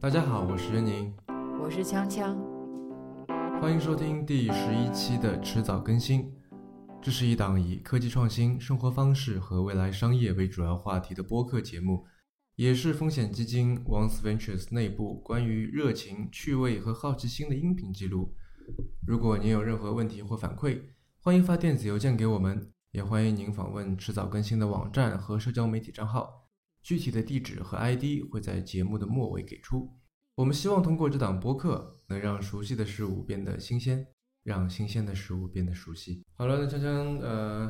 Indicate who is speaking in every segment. Speaker 1: 大家好，我是任宁，
Speaker 2: 我是锵锵。
Speaker 1: 欢迎收听第十一期的迟早更新。这是一档以科技创新、生活方式和未来商业为主要话题的播客节目，也是风险基金 Once Ventures 内部关于热情、趣味和好奇心的音频记录。如果您有任何问题或反馈，欢迎发电子邮件给我们，也欢迎您访问迟早更新的网站和社交媒体账号。具体的地址和 ID 会在节目的末尾给出。我们希望通过这档播客，能让熟悉的事物变得新鲜，让新鲜的事物变得熟悉。好了，那锵锵，呃，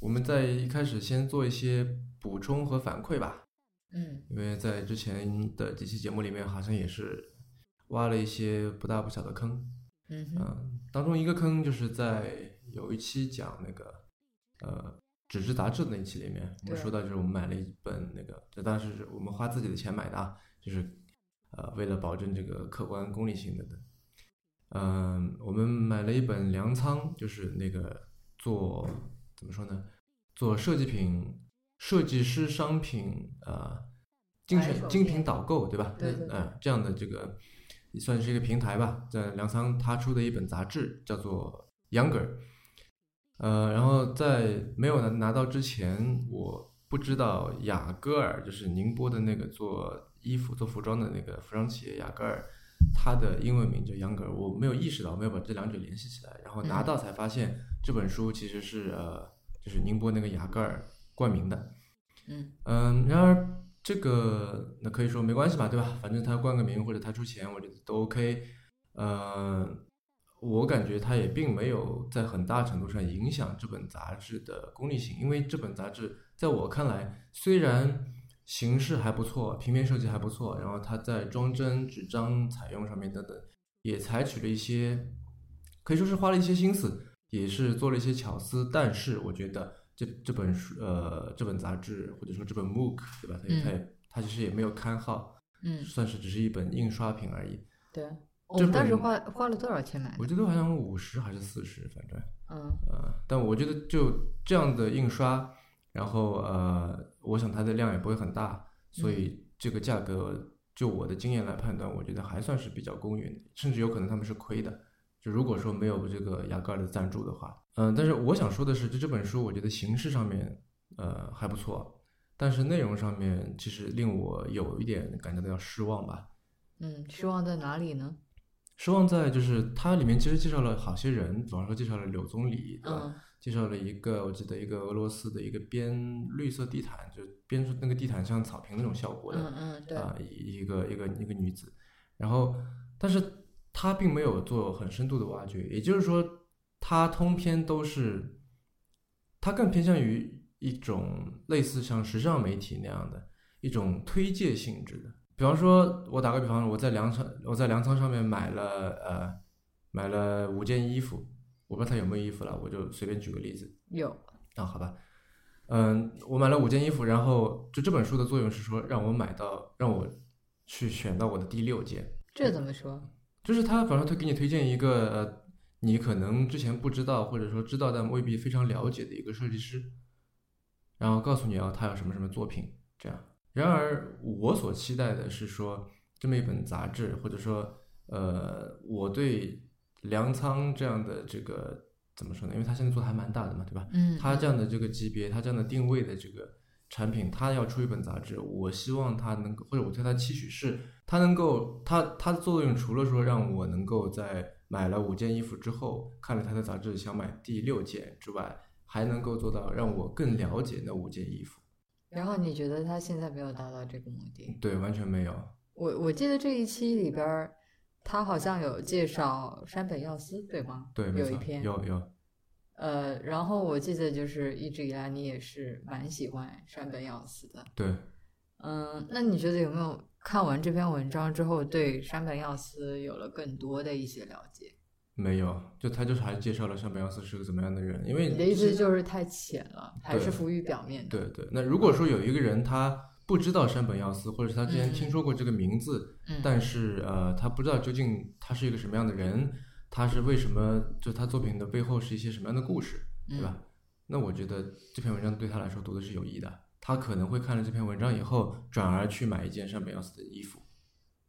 Speaker 1: 我们在一开始先做一些补充和反馈吧，
Speaker 2: 嗯，
Speaker 1: 因为在之前的几期节目里面，好像也是挖了一些不大不小的坑。
Speaker 2: 嗯
Speaker 1: 嗯、
Speaker 2: 哼，
Speaker 1: 当中一个坑就是在有一期讲那个呃纸质杂志的那一期里面，我
Speaker 2: 对
Speaker 1: 说到就是我们买了一本那个，这当时是我们花自己的钱买的啊，就是呃为了保证这个客观公理性的的。嗯、我们买了一本粮仓，就是那个做怎么说呢，做设计品、设计师商品呃精
Speaker 2: 买手
Speaker 1: 选精品
Speaker 2: 店
Speaker 1: 导购，对吧？
Speaker 2: 对对对
Speaker 1: 呃，这样的这个也算是一个平台吧，在粮仓他出的一本杂志叫做《Younger》，呃，然后在没有拿拿到之前，我不知道雅戈尔就是宁波的那个做衣服、做服装的那个服装企业雅戈尔，它的英文名叫 Younger，我没有意识到，没有把这两者联系起来，然后拿到才发现这本书其实是呃，就是宁波那个雅戈尔冠名的，
Speaker 2: 嗯
Speaker 1: 嗯，然而这个那可以说没关系嘛，对吧？反正他冠个名或者他出钱，我觉得都 OK。呃，我感觉他也并没有在很大程度上影响这本杂志的功利性，因为这本杂志在我看来，虽然形式还不错，平面设计还不错，然后它在装帧、纸张采用上面等等，也采取了一些可以说是花了一些心思，也是做了一些巧思，但是我觉得这这本书呃这本杂志或者说这本 MOOC 对吧？它也它也它其实也没有刊号，
Speaker 2: 嗯，
Speaker 1: 算是只是一本印刷品而已。
Speaker 2: 对。我们当时
Speaker 1: 本
Speaker 2: 花花了多少钱买
Speaker 1: 我
Speaker 2: 的？
Speaker 1: 记得好像五十还是四十，反正
Speaker 2: 嗯
Speaker 1: 呃，但我觉得就这样的印刷，然后呃，我想它的量也不会很大，所以这个价格就我的经验来判断，我觉得还算是比较公允，甚至有可能他们是亏的。就如果说没有这个雅戈尔的赞助的话，嗯、但是我想说的是，就这本书，我觉得形式上面呃还不错，但是内容上面其实令我有一点感觉到失望吧。
Speaker 2: 嗯，失望在哪里呢？
Speaker 1: 失望在就是它里面其实介绍了好些人，比方说介绍了柳宗理，对吧？
Speaker 2: 嗯
Speaker 1: 介绍了一个我记得一个俄罗斯的一个编绿色地毯，就编出那个地毯像草坪那种效果的
Speaker 2: 嗯嗯，对，
Speaker 1: 啊、一一个一个一个女子，然后但是她并没有做很深度的挖掘，也就是说，她通篇都是，她更偏向于一种类似像时尚媒体那样的一种推介性质的。比方说，我打个比方，我在粮仓我在粮仓上面买了呃买了五件衣服，我不知道他有没有衣服了，我就随便举个例子，
Speaker 2: 有，
Speaker 1: 啊，好吧，嗯，我买了五件衣服，然后就这本书的作用是说，让我买到，让我去选到我的第六件，
Speaker 2: 这怎么说？
Speaker 1: 就是他反正他给你推荐一个、呃、你可能之前不知道，或者说知道但未必非常了解的一个设计师，然后告诉你啊，他有什么什么作品这样。然而我所期待的是说，这么一本杂志，或者说呃，我对粮仓这样的这个怎么说呢？因为他现在做的还蛮大的嘛，对吧？
Speaker 2: 嗯，
Speaker 1: 他这
Speaker 2: 样，
Speaker 1: 样的这个级别，他这样的定位的这个产品，他要出一本杂志，我希望他能够，或者我对他的期许是，他能够，他他的作用除了说让我能够在买了五件衣服之后，看了他的杂志想买第六件之外，还能够做到让我更了解那五件衣服。
Speaker 2: 然后你觉得他现在没有达到这个目的？
Speaker 1: 对，完全没有。
Speaker 2: 我我记得这一期里边儿，他好像有介绍山本耀司，对吗？
Speaker 1: 对，没
Speaker 2: 有一
Speaker 1: 错，
Speaker 2: 篇，
Speaker 1: 有有，
Speaker 2: 呃，然后我记得就是一直以来你也是蛮喜欢山本耀司的，
Speaker 1: 对，
Speaker 2: 嗯，那你觉得有没有看完这篇文章之后，对山本耀司有了更多的一些了解？
Speaker 1: 没有，就他就是还介绍了像白杨斯是个怎么样的人，因为
Speaker 2: 你的意思就是太浅了，还是浮于表面的？
Speaker 1: 对对，那如果说有一个人他不知道山本耀司，或者是他之前
Speaker 2: 嗯
Speaker 1: 听说过这个名字，
Speaker 2: 嗯
Speaker 1: 但是呃，他不知道究竟他是一个什么样的人，他是为什么，就他作品的背后是一些什么样的故事，
Speaker 2: 嗯
Speaker 1: 对吧？那我觉得这篇文章对他来说读的是有益的，他可能会看了这篇文章以后，转而去买一件山本耀司的衣服，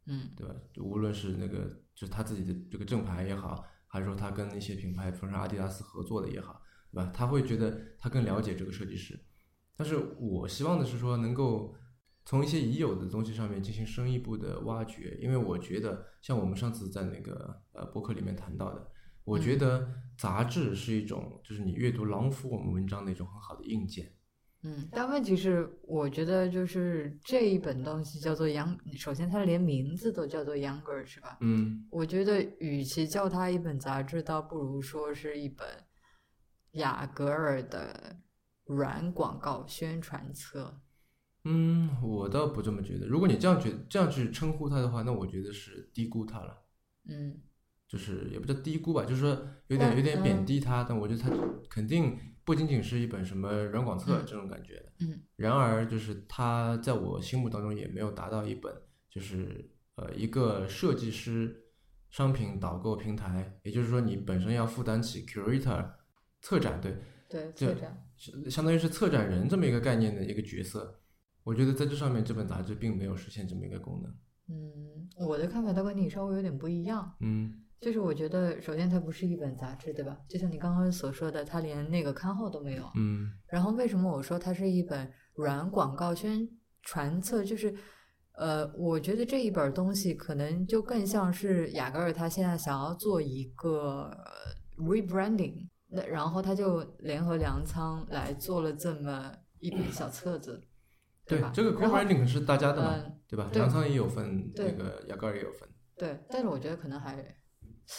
Speaker 2: 嗯
Speaker 1: 对吧？就无论是那个就是他自己的这个正牌也好，还是说他跟一些品牌，比如说阿迪达斯合作的也好，对吧？他会觉得他更了解这个设计师。但是我希望的是说，能够从一些已有的东西上面进行深一步的挖掘，因为我觉得像我们上次在那个呃博客里面谈到的，我觉得杂志是一种就是你阅读狼夫我们文章的一种很好的硬件。
Speaker 2: 嗯，但问题是，我觉得就是这一本东西叫做杨，首先它连名字都叫做 Younger 是吧？
Speaker 1: 嗯
Speaker 2: 我觉得与其叫它一本杂志，倒不如说是一本雅戈尔的软广告宣传册。
Speaker 1: 嗯，我倒不这么觉得。如果你这样觉这样去称呼它的话，那我觉得是低估它了。
Speaker 2: 嗯
Speaker 1: 就是也不叫低估吧，就是说有点有点贬低它，但我觉得它肯定不仅仅是一本什么软广册
Speaker 2: 嗯
Speaker 1: 这种感觉的。
Speaker 2: 嗯。
Speaker 1: 然而，就是它在我心目当中也没有达到一本就是呃一个设计师商品导购平台，也就是说你本身要负担起 curator 策展对
Speaker 2: 对，
Speaker 1: 这
Speaker 2: 策展。
Speaker 1: 是相当于是策展人这么一个概念的一个角色。我觉得在这上面这本杂志并没有实现这么一个功能。
Speaker 2: 嗯，我的看法倒跟你稍微有点不一样。
Speaker 1: 嗯
Speaker 2: 就是我觉得，首先它不是一本杂志，对吧？就像你刚刚所说的，它连那个刊号都没有。
Speaker 1: 嗯
Speaker 2: 然后为什么我说它是一本软广告宣传册？就是，呃，我觉得这一本东西可能就更像是雅戈尔他现在想要做一个呃 rebranding，那然后他就联合粮仓来做了这么一本小册子，
Speaker 1: 对
Speaker 2: 吧，？
Speaker 1: 这个
Speaker 2: 然后
Speaker 1: co-branding 是大家的嘛，
Speaker 2: 嗯
Speaker 1: 对吧？
Speaker 2: 对
Speaker 1: 粮仓也有份，那
Speaker 2: 对
Speaker 1: 个牙膏也有份。
Speaker 2: 对，但是我觉得可能还，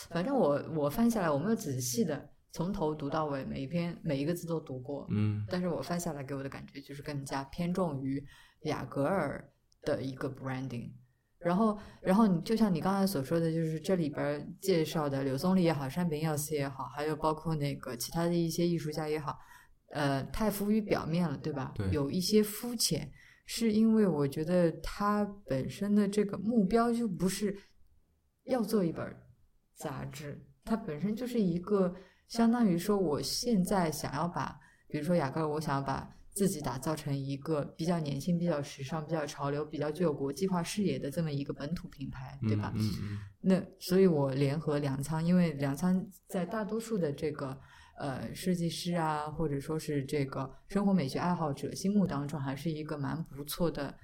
Speaker 2: 反正我我翻下来，我没有仔细的从头读到尾，每一篇每一个字都读过，
Speaker 1: 嗯
Speaker 2: 但是我翻下来给我的感觉就是更加偏重于雅戈尔的一个 branding。然后，然后你就像你刚才所说的，就是这里边儿介绍的柳宗理也好，山本耀司也好，还有包括那个其他的一些艺术家也好，呃，太浮于表面了，对吧？
Speaker 1: 对
Speaker 2: 有一些肤浅，是因为我觉得他本身的这个目标就不是要做一本杂志，它本身就是一个相当于说，我现在想要把，比如说雅戈尔，我想要把自己打造成一个比较年轻、比较时尚、比较潮流、比较具有国际化视野的这么一个本土品牌，对吧？
Speaker 1: 嗯嗯
Speaker 2: 那所以，我联合粮仓，因为粮仓在大多数的这个呃设计师啊，或者说是这个生活美学爱好者心目当中，还是一个蛮不错的，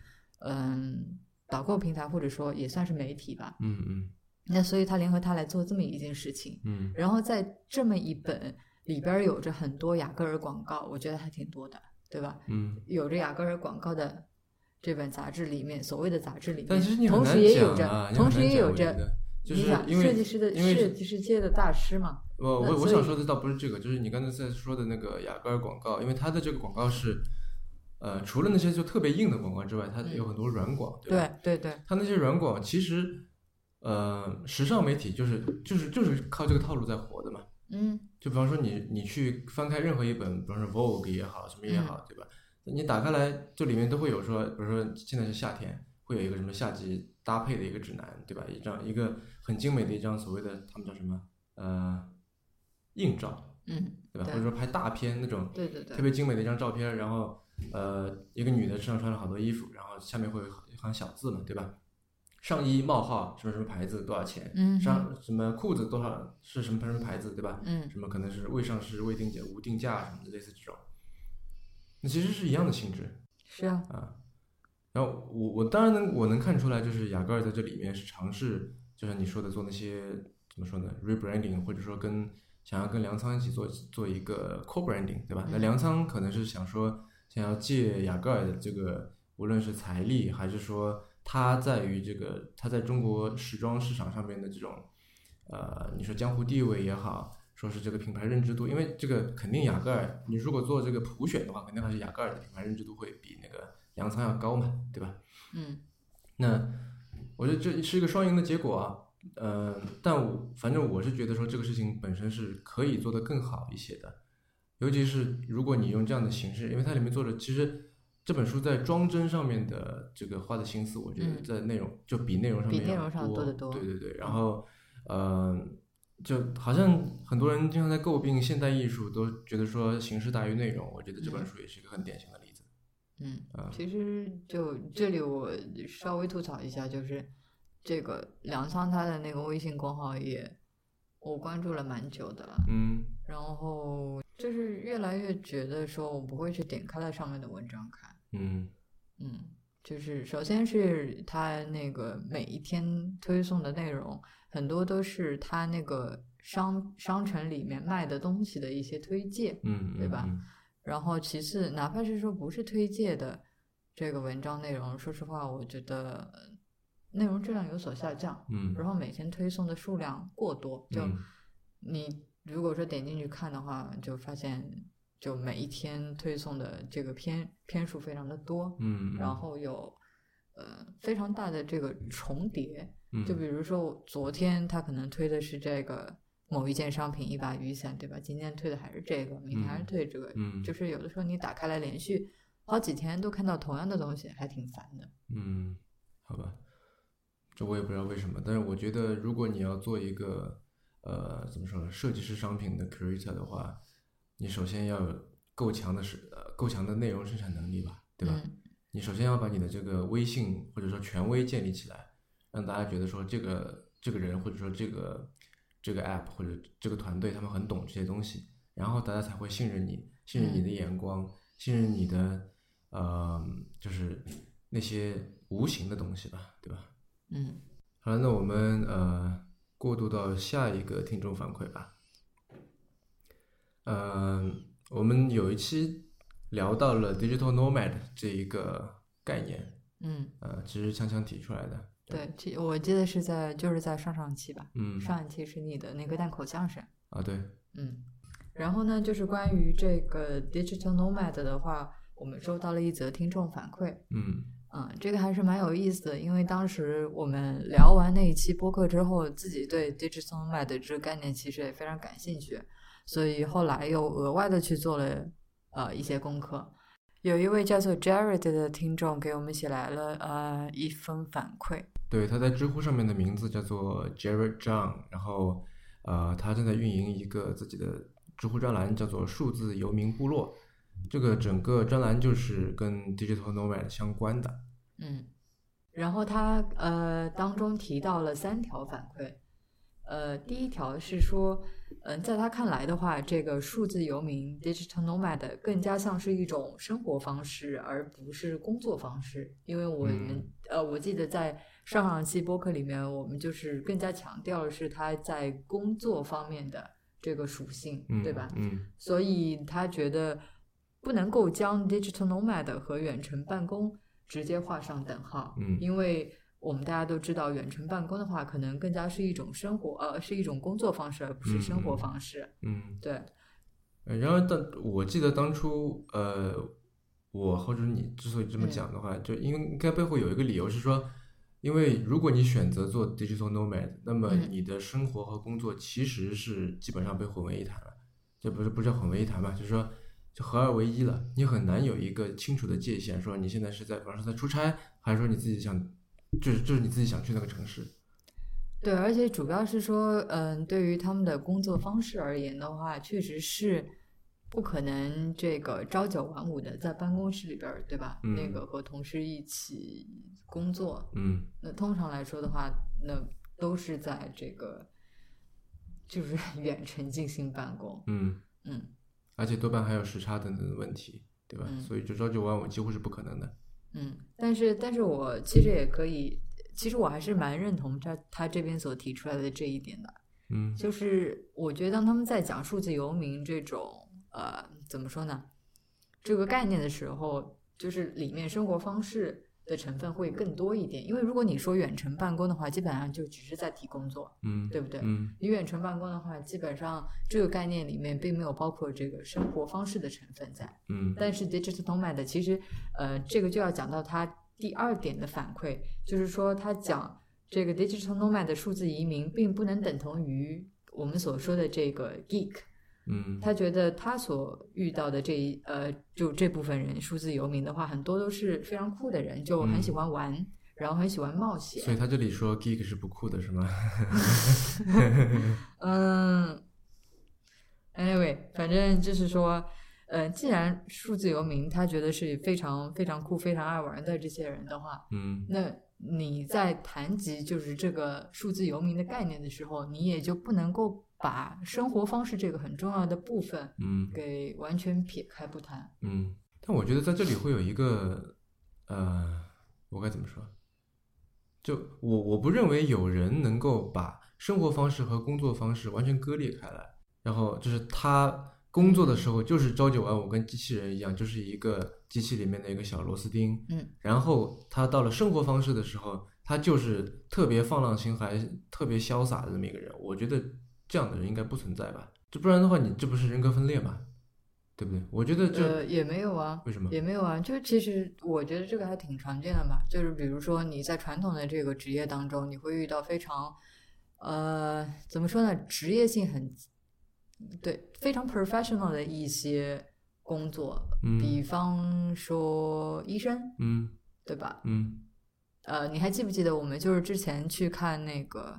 Speaker 2: 嗯，导购平台，或者说也算是媒体吧。
Speaker 1: 嗯嗯
Speaker 2: 那所以，他联合他来做这么一件事情，
Speaker 1: 嗯
Speaker 2: 然后在这么一本里边儿有着很多雅戈尔广告，我觉得还挺多的，对吧？
Speaker 1: 嗯
Speaker 2: 有着雅戈尔广告的这本杂志里面，所谓的杂志里
Speaker 1: 但其实
Speaker 2: 面，
Speaker 1: 你很
Speaker 2: 同时
Speaker 1: 难
Speaker 2: 也有
Speaker 1: 讲
Speaker 2: 着，
Speaker 1: 啊，你很
Speaker 2: 同时
Speaker 1: 难
Speaker 2: 也
Speaker 1: 讲
Speaker 2: 有
Speaker 1: 我觉
Speaker 2: 着，
Speaker 1: 得，就是
Speaker 2: 你想
Speaker 1: 因为
Speaker 2: 设计师的
Speaker 1: 因为
Speaker 2: 设计师界的大师嘛，
Speaker 1: 我
Speaker 2: 那
Speaker 1: 我我
Speaker 2: 所
Speaker 1: 想
Speaker 2: 以
Speaker 1: 说的倒不是这个，就是你刚才在说的那个雅戈尔广告，因为它的这个广告是，呃，除了那些就特别硬的广告之外，它有很多软广，对吧？
Speaker 2: 嗯对对对，
Speaker 1: 它那些软广其实，呃，时尚媒体就是就是就是靠这个套路在火的嘛。
Speaker 2: 嗯
Speaker 1: 就比方说你你去翻开任何一本，比方说 Vogue 也好，什么也
Speaker 2: 嗯
Speaker 1: 好，对吧？你打开来，就里面都会有说，比如说现在是夏天，会有一个什么夏季搭配的一个指南，对吧？一张一个很精美的一张所谓的他们叫什么呃硬照，
Speaker 2: 嗯，
Speaker 1: 对吧？
Speaker 2: 对
Speaker 1: 或者说拍大片那种
Speaker 2: 对对对
Speaker 1: 特，别精美的一张照片，然后呃，一个女的身上穿了好多衣服，然后下面会有一行小字嘛，对吧？上衣冒号什么什么牌子多少钱？
Speaker 2: 嗯
Speaker 1: 上什么裤子多少是什么什么牌子，对吧？
Speaker 2: 嗯
Speaker 1: 什么可能是未上市、未定价、无定价什么的，类似这种，那其实是一样的性质
Speaker 2: 是啊，
Speaker 1: 啊。然后我我当然能我能看出来，就是雅戈尔在这里面是尝试，就像你说的做那些怎么说呢，rebranding，或者说跟想要跟粮仓一起做做一个 co-branding，对吧？那
Speaker 2: 嗯
Speaker 1: 粮仓可能是想说想要借雅戈尔的这个，无论是财力还是说他在于这个他在中国时装市场上面的这种，呃，你说江湖地位也好，说是这个品牌认知度，因为这个肯定雅戈尔，你如果做这个普选的话，肯定还是雅戈尔的品牌认知度会比那个粮仓要高嘛，对吧？
Speaker 2: 嗯
Speaker 1: 那我觉得这是一个双赢的结果啊。呃，但我反正我是觉得说这个事情本身是可以做得更好一些的，尤其是如果你用这样的形式，因为它里面作者其实这本书在装帧上面的这个花的心思，我觉得
Speaker 2: 嗯
Speaker 1: 在内容、就比内容上面
Speaker 2: 比内
Speaker 1: 要
Speaker 2: 容上
Speaker 1: 多
Speaker 2: 多得多
Speaker 1: 对对对，然后呃，就好像很多人经常在诟病现代艺术，都觉得说形式大于内容，我觉得这本
Speaker 2: 嗯
Speaker 1: 书也是一个很典型的例子。
Speaker 2: 嗯，
Speaker 1: 啊
Speaker 2: 其实就这里我稍微吐槽一下，就是这个粮仓他的那个微信公号也我关注了蛮久的了，
Speaker 1: 嗯
Speaker 2: 然后就是越来越觉得说我不会去点开它上面的文章看，
Speaker 1: 嗯
Speaker 2: 嗯，就是首先是他那个每一天推送的内容，很多都是他那个商商城里面卖的东西的一些推介，
Speaker 1: 嗯，
Speaker 2: 对吧
Speaker 1: 嗯？
Speaker 2: 然后其次，哪怕是说不是推介的这个文章内容，说实话，我觉得呃内容质量有所下降，
Speaker 1: 嗯，
Speaker 2: 然后每天推送的数量过多，就
Speaker 1: 嗯
Speaker 2: 你如果说点进去看的话，就发现就每一天推送的这个篇篇数非常的多，
Speaker 1: 嗯，嗯
Speaker 2: 然后有呃非常大的这个重叠。
Speaker 1: 嗯
Speaker 2: 就比如说我昨天他可能推的是这个某一件商品一把雨伞，对吧？今天推的还是这个，明天还是
Speaker 1: 嗯
Speaker 2: 推这个，
Speaker 1: 嗯
Speaker 2: 就是有的时候你打开来连续好几天都看到同样的东西，还挺烦的。
Speaker 1: 嗯，好吧，这我也不知道为什么，但是我觉得如果你要做一个呃怎么说呢，设计师商品的 creator 的话，你首先要有够强的是呃够强的内容生产能力吧，对吧？
Speaker 2: 嗯
Speaker 1: 你首先要把你的这个威信或者说权威建立起来，让大家觉得说这个这个人或者说这个这个 app 或者这个团队他们很懂这些东西，然后大家才会信任你，信任你的眼光，信任你的呃就是那些无形的东西吧，对吧？
Speaker 2: 嗯，
Speaker 1: 好了，那我们呃过渡到下一个听众反馈吧。呃，我们有一期聊到了 digital nomad 这一个概念，
Speaker 2: 嗯，
Speaker 1: 呃，其实锵锵提出来的。
Speaker 2: 对，这我记得是在就是在上上期吧，
Speaker 1: 嗯，
Speaker 2: 上一期是你的那个单口相声。
Speaker 1: 啊，对，
Speaker 2: 嗯，然后呢，就是关于这个 digital nomad 的话，我们收到了一则听众反馈，
Speaker 1: 嗯
Speaker 2: 嗯，这个还是蛮有意思的，因为当时我们聊完那一期播客之后，自己对 digital nomad 这个概念其实也非常感兴趣，所以后来又额外的去做了呃一些功课。有一位叫做 Jared 的听众给我们写来了呃一封反馈，
Speaker 1: 对，他在知乎上面的名字叫做 Jared John，然后呃，他正在运营一个自己的知乎专栏，叫做“数字游民部落”。这个整个专栏就是跟 digital nomad 相关的。
Speaker 2: 嗯，然后他呃当中提到了三条反馈，呃，第一条是说，嗯、在他看来的话，这个数字游民 （digital nomad） 更加像是一种生活方式，而不是工作方式。因为我们、
Speaker 1: 嗯
Speaker 2: 呃，我记得在上上期播客里面，我们就是更加强调的是他在工作方面的这个属性，
Speaker 1: 嗯，
Speaker 2: 对吧？
Speaker 1: 嗯，
Speaker 2: 所以他觉得不能够将 digital nomad 和远程办公直接画上等号，
Speaker 1: 嗯
Speaker 2: 因为我们大家都知道，远程办公的话，可能更加是一种生活，呃，是一种工作方式，而不是生活方式。
Speaker 1: 嗯，
Speaker 2: 对，
Speaker 1: 呃然而当我记得当初，呃，我或者你之所以
Speaker 2: 嗯
Speaker 1: 这么讲的话，就因为应该背后有一个理由是说，因为如果你选择做 digital nomad，那么
Speaker 2: 嗯
Speaker 1: 你的生活和工作其实是基本上被混为一谈了，这不是不是混为一谈吧？就是说。就合二为一了，你很难有一个清楚的界限，说你现在是在，比方说在出差，还是说你自己想，就是就是你自己想去那个城市。
Speaker 2: 对，而且主要是说，嗯，对于他们的工作方式而言的话，确实是不可能这个朝九晚五的在办公室里边儿，对吧？
Speaker 1: 嗯
Speaker 2: 那个和同事一起工作，
Speaker 1: 嗯
Speaker 2: 那通常来说的话，那都是在这个就是 远程进行办公。
Speaker 1: 嗯，
Speaker 2: 嗯
Speaker 1: 而且多半还有时差等等的问题，对吧？
Speaker 2: 嗯
Speaker 1: 所以就朝九晚五几乎是不可能的。
Speaker 2: 嗯，但是但是我其实也可以，其实我还是蛮认同他他这边所提出来的这一点的，
Speaker 1: 嗯，
Speaker 2: 就是我觉得当他们在讲数字游民这种呃怎么说呢这个概念的时候，就是里面生活方式。的成分会更多一点，因为如果你说远程办公的话，基本上就只是在提工作，
Speaker 1: 嗯，
Speaker 2: 对不对？
Speaker 1: 嗯
Speaker 2: 你远程办公的话，基本上这个概念里面并没有包括这个生活方式的成分在。
Speaker 1: 嗯
Speaker 2: 但是 digital nomad 其实，呃，这个就要讲到它第二点的反馈，就是说它讲这个 digital nomad 的数字移民并不能等同于我们所说的这个 geek。
Speaker 1: 嗯
Speaker 2: 他觉得他所遇到的这一呃，就这部分人数字游民的话，很多都是非常酷的人，就很喜欢玩，然后很喜欢冒险。
Speaker 1: 所以他这里说 geek 是不酷的是吗？
Speaker 2: 嗯，anyway，反正就是说，呃，既然数字游民他觉得是非常非常酷、非常爱玩的这些人的话，
Speaker 1: 嗯
Speaker 2: 那你在谈及就是这个数字游民的概念的时候，你也就不能够把生活方式这个很重要的部分
Speaker 1: 嗯
Speaker 2: 给完全撇开不谈。
Speaker 1: 嗯，但我觉得在这里会有一个，呃，我该怎么说？就我我不认为有人能够把生活方式和工作方式完全割裂开来，然后就是他工作的时候就是朝九晚五，跟机器人一样，就是一个机器里面的一个小螺丝钉。
Speaker 2: 嗯，
Speaker 1: 然后他到了生活方式的时候，他就是特别放浪形骸、特别潇洒的这么一个人。我觉得这样的人应该不存在吧？这不然的话，你这不是人格分裂吗？对不对？我觉得这、
Speaker 2: 呃，也没有啊，
Speaker 1: 为什么？
Speaker 2: 也没有啊，就其实我觉得这个还挺常见的吧，就是比如说你在传统的这个职业当中，你会遇到非常，呃，怎么说呢，职业性很，对，非常 professional 的一些工作，
Speaker 1: 嗯
Speaker 2: 比方说医生，
Speaker 1: 嗯
Speaker 2: 对吧？
Speaker 1: 嗯
Speaker 2: 呃，你还记不记得我们就是之前去看那个，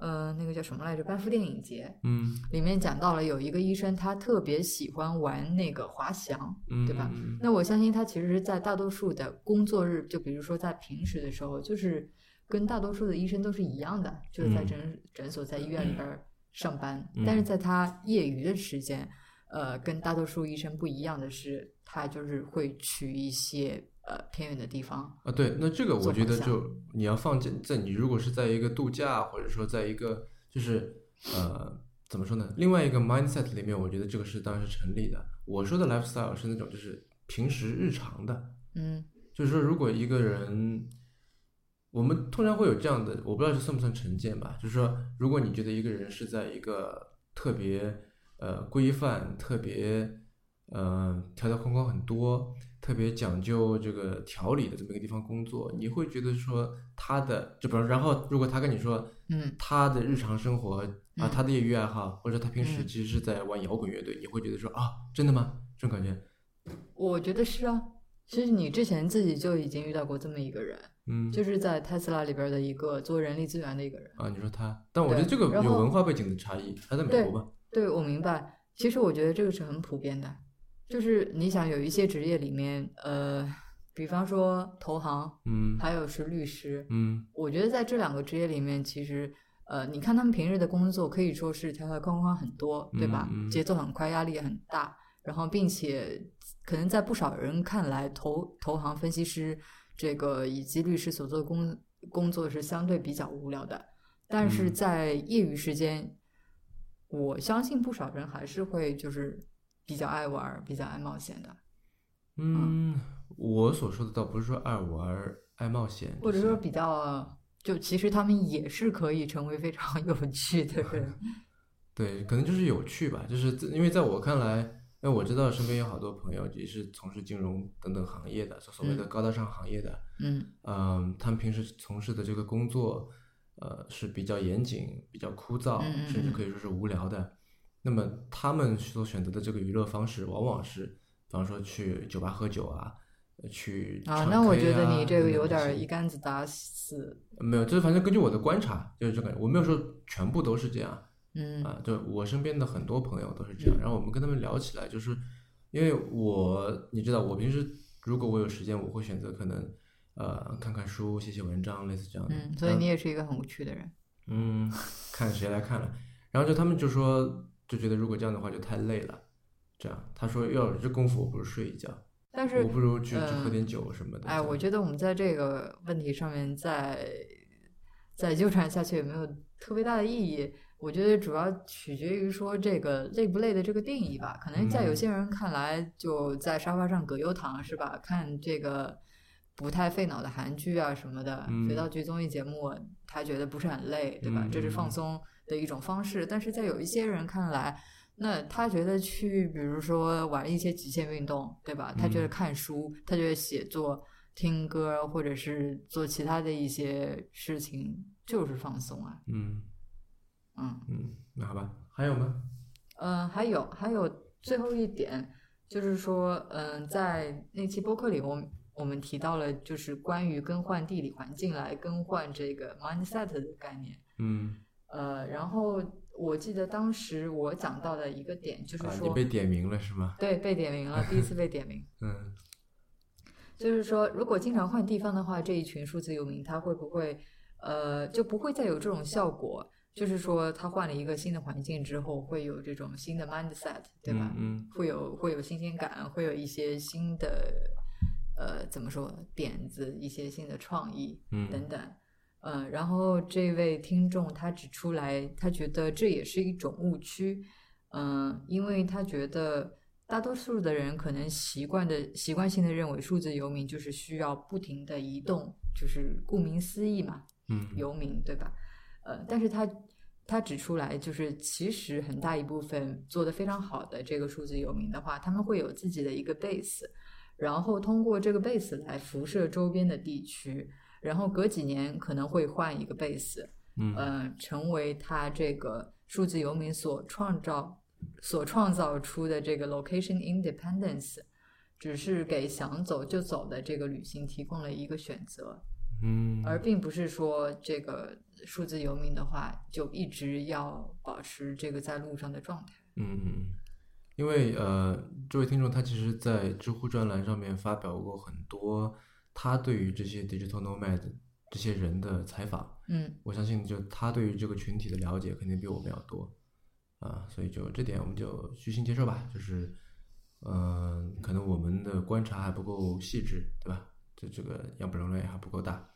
Speaker 2: 呃，那个叫什么来着？班夫电影节
Speaker 1: 嗯
Speaker 2: 里面讲到了有一个医生，他特别喜欢玩那个滑翔。
Speaker 1: 嗯，
Speaker 2: 对吧
Speaker 1: 嗯？
Speaker 2: 那我相信他其实，在大多数的工作日，就比如说在平时的时候，就是跟大多数的医生都是一样的，就是在
Speaker 1: 嗯
Speaker 2: 诊、诊所、在医院里边儿上班。
Speaker 1: 嗯
Speaker 2: 但是在他业余的时间，呃，跟大多数医生不一样的是，他就是会去一些呃偏远的地方。
Speaker 1: 啊，对，那这个我
Speaker 2: 做
Speaker 1: 觉
Speaker 2: 好
Speaker 1: 得
Speaker 2: 像
Speaker 1: 就你要放在在你如果是在一个度假，或者说在一个就是呃怎么说呢？另外一个 mindset 里面，我觉得这个是当然是成立的。我说的 lifestyle 是那种就是平时日常的，
Speaker 2: 嗯
Speaker 1: 就是说，如果一个人，我们通常会有这样的，我不知道这算不算成见吧。就是说，如果你觉得一个人是在一个特别呃规范、特别呃条条框框很多、特别讲究这个条理的这么一个地方工作，你会觉得说他的，就比如，然后如果他跟你说
Speaker 2: 嗯
Speaker 1: 他的日常生活啊，
Speaker 2: 嗯
Speaker 1: 他的业余爱好，或者他平时
Speaker 2: 嗯
Speaker 1: 其实是在玩摇滚乐队，你会觉得说啊，真的吗？这种感觉，
Speaker 2: 我觉得是啊。其实你之前自己就已经遇到过这么一个人，
Speaker 1: 嗯，
Speaker 2: 就是在 Tesla 里边的一个做人力资源的一个人。
Speaker 1: 啊，你说他，但我觉得
Speaker 2: 对
Speaker 1: 这个
Speaker 2: 然
Speaker 1: 有
Speaker 2: 后
Speaker 1: 文化背景的差异，他在美
Speaker 2: 对
Speaker 1: 国吧？
Speaker 2: 对，我明白。其实我觉得这个是很普遍的，就是你想有一些职业里面，呃，比方说投行，
Speaker 1: 嗯
Speaker 2: 还有是律师，
Speaker 1: 嗯
Speaker 2: 我觉得在这两个职业里面，其实，呃，你看他们平日的工作可以说是条条框框很多，对吧？
Speaker 1: 嗯嗯
Speaker 2: 节奏很快，压力也很大，然后并且可能在不少人看来，投投行分析师这个以及律师所做的工工作是相对比较无聊的，但是
Speaker 1: 嗯
Speaker 2: 在业余时间，我相信不少人还是会就是比较爱玩儿，比较爱冒险的，
Speaker 1: 嗯，我所说的倒不是说爱玩儿爱冒险，
Speaker 2: 或者
Speaker 1: 就是
Speaker 2: 说比较。就其实他们也是可以成为非常 有趣的人，
Speaker 1: 对，可能就是有趣吧，就是自因为在我看来，因为我知道身边有好多朋友也是从事金融等等行业的，所所谓的高大上行业的，
Speaker 2: 嗯
Speaker 1: 嗯，他们平时从事的这个工作，呃，是比较严谨、比较枯燥，
Speaker 2: 嗯嗯
Speaker 1: 甚至
Speaker 2: 嗯
Speaker 1: 可以说是无聊的。那么他们所选择的这个娱乐方式，往往是，比方说去酒吧喝酒啊，呃去
Speaker 2: 啊，
Speaker 1: 唱
Speaker 2: 那我
Speaker 1: K
Speaker 2: 觉得
Speaker 1: 啊
Speaker 2: 你这个
Speaker 1: 等等
Speaker 2: 有
Speaker 1: 这
Speaker 2: 点儿
Speaker 1: 些
Speaker 2: 一竿子打死，
Speaker 1: 没有，就是反正根据我的观察，就是这个，我没有说全部都是这样，
Speaker 2: 嗯
Speaker 1: 啊，就我身边的很多朋友都是这样。然后我们跟他们聊起来，就是因为我，你知道，我平时如果我有时间，我会选择可能呃看看书、写写文章，类似这样的。
Speaker 2: 嗯，所以
Speaker 1: 然后
Speaker 2: 你也是一个很无趣的人，
Speaker 1: 嗯， 看谁来看了。然后就他们就说，就觉得如果这样的话就太累了。这样，他说要有这功夫，我不如睡一觉，
Speaker 2: 但
Speaker 1: 我
Speaker 2: 是
Speaker 1: 不如去去喝
Speaker 2: 嗯
Speaker 1: 点酒什么的。
Speaker 2: 哎，我
Speaker 1: 就
Speaker 2: 觉得我们在这个问题上面再再纠缠下去也没有特别大的意义。我觉得主要取决于说这个累不累的这个定义吧。可能在有
Speaker 1: 嗯
Speaker 2: 些人看来，就在沙发上葛优躺是吧？看这个不太费脑的韩剧啊什么的，
Speaker 1: 嗯
Speaker 2: 肥皂剧综艺节目，他觉得不是很累，对吧？
Speaker 1: 嗯
Speaker 2: 这是
Speaker 1: 嗯
Speaker 2: 放松的一种方式。但是在有一些人看来，那他觉得去，比如说玩一些极限运动，对吧？他觉得
Speaker 1: 嗯
Speaker 2: 看书，他觉得写作、听歌，或者是做其他的一些事情，就是放松啊。
Speaker 1: 嗯
Speaker 2: 嗯
Speaker 1: 嗯，那好吧，还有吗？
Speaker 2: 嗯，还有还有最后一点就是说，嗯，在那期播客里，我们我们提到了就是关于更换地理环境来更换这个 mindset 的概念。
Speaker 1: 嗯
Speaker 2: 呃，然后我记得当时我讲到的一个点就是
Speaker 1: 啊，你
Speaker 2: 说，
Speaker 1: 被点名了是吗？
Speaker 2: 对，被点名了，第一次被点名。
Speaker 1: 嗯
Speaker 2: 就是说，如果经常换地方的话，这一群数字游民他会不会呃就不会再有这种效果？就是说，他换了一个新的环境之后，会有这种新的 mindset，对吧？
Speaker 1: 嗯嗯
Speaker 2: 会有会有新鲜感，会有一些新的呃怎么说点子，一些新的创意
Speaker 1: 嗯
Speaker 2: 等等。呃，然后这位听众他指出来，他觉得这也是一种误区，嗯、因为他觉得大多数的人可能习惯的习惯性的认为数字游民就是需要不停的移动，就是顾名思义嘛，
Speaker 1: 嗯
Speaker 2: 游民，对吧？呃，但是他他指出来，就是其实很大一部分做得非常好的这个数字游民的话，他们会有自己的一个 base，然后通过这个 base 来辐射周边的地区，然后隔几年可能会换一个 base，
Speaker 1: 嗯
Speaker 2: 呃，成为他这个数字游民所创造所创造出的这个 location independence，只是给想走就走的这个旅行提供了一个选择。
Speaker 1: 嗯，
Speaker 2: 而并不是说这个数字游民的话，就一直要保持这个在路上的状态。
Speaker 1: 嗯嗯，嗯，因为呃，这位听众他其实，在知乎专栏上面发表过很多他对于这些 digital nomad 这些人的采访，
Speaker 2: 嗯
Speaker 1: 我相信就他对于这个群体的了解肯定比我们要多啊，所以就这点我们就虚心接受吧，就是呃，可能我们的观察还不够细致，对吧？这这个样本容量也还不够大，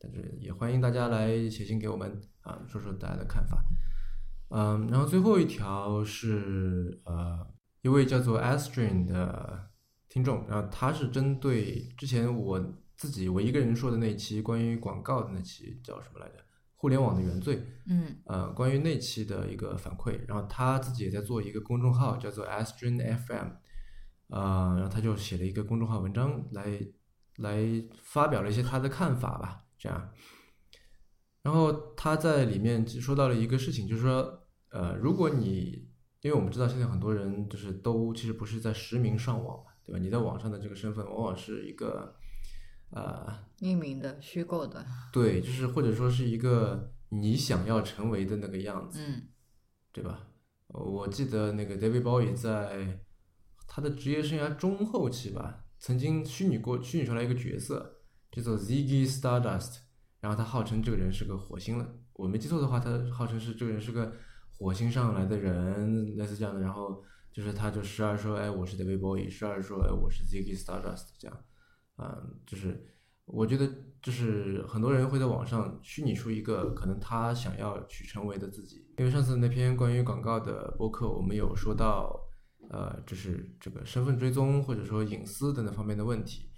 Speaker 1: 但是也欢迎大家来写信给我们啊，说说大家的看法。嗯，然后最后一条是呃，一位叫做 Astrin 的听众，然后他是针对之前我自己我一个人说的那期关于广告的那期叫什么来着？互联网的原罪，
Speaker 2: 嗯
Speaker 1: 呃，关于那期的一个反馈，然后他自己也在做一个公众号，叫做 Astrin FM，呃，然后他就写了一个公众号文章来来发表了一些他的看法吧，这样。然后他在里面说到了一个事情，就是说，呃，如果你因为我们知道现在很多人就是都其实不是在实名上网嘛，对吧？你在网上的这个身份往往是一个呃
Speaker 2: 匿名的、虚构的，
Speaker 1: 对，就是或者说是一个你想要成为的那个样子，
Speaker 2: 嗯
Speaker 1: 对吧？呃我记得那个 David Bowie 在他的职业生涯中后期吧，曾经虚拟过虚拟出来一个角色，叫做 Ziggy Stardust，然后他号称这个人是个火星人，我没记错的话，他号称是这个人是个火星上来的人，类似这样的。然后就是他就时而说，哎，我是 David Bowie，时而说，哎，我是 Ziggy Stardust，这样，嗯，就是我觉得就是很多人会在网上虚拟出一个可能他想要去成为的自己，因为上次那篇关于广告的播客，我们有说到，呃，就是这个身份追踪或者说隐私等等方面的问题。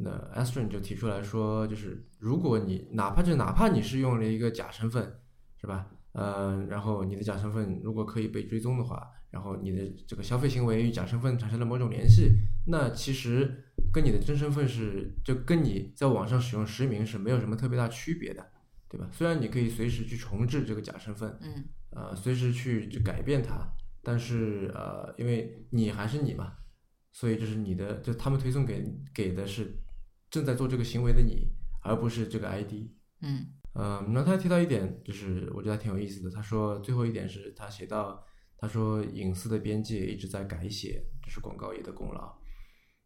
Speaker 1: 那 Astrin 就提出来说，就是如果你哪怕就哪怕你是用了一个假身份，是吧？呃，然后你的假身份如果可以被追踪的话，然后你的这个消费行为与假身份产生了某种联系，那其实跟你的真身份是就跟你在网上使用实名是没有什么特别大区别的，对吧？虽然你可以随时去重置这个假身份，
Speaker 2: 嗯
Speaker 1: 呃，随时去就改变它，但是呃，因为你还是你嘛，所以就是你的，就他们推送给给的是正在做这个行为的你，而不是这个 ID。
Speaker 2: 嗯
Speaker 1: 嗯，然后他提到一点，就是我觉得还挺有意思的。他说最后一点是他写到，他说隐私的边界一直在改写，这是广告业的功劳。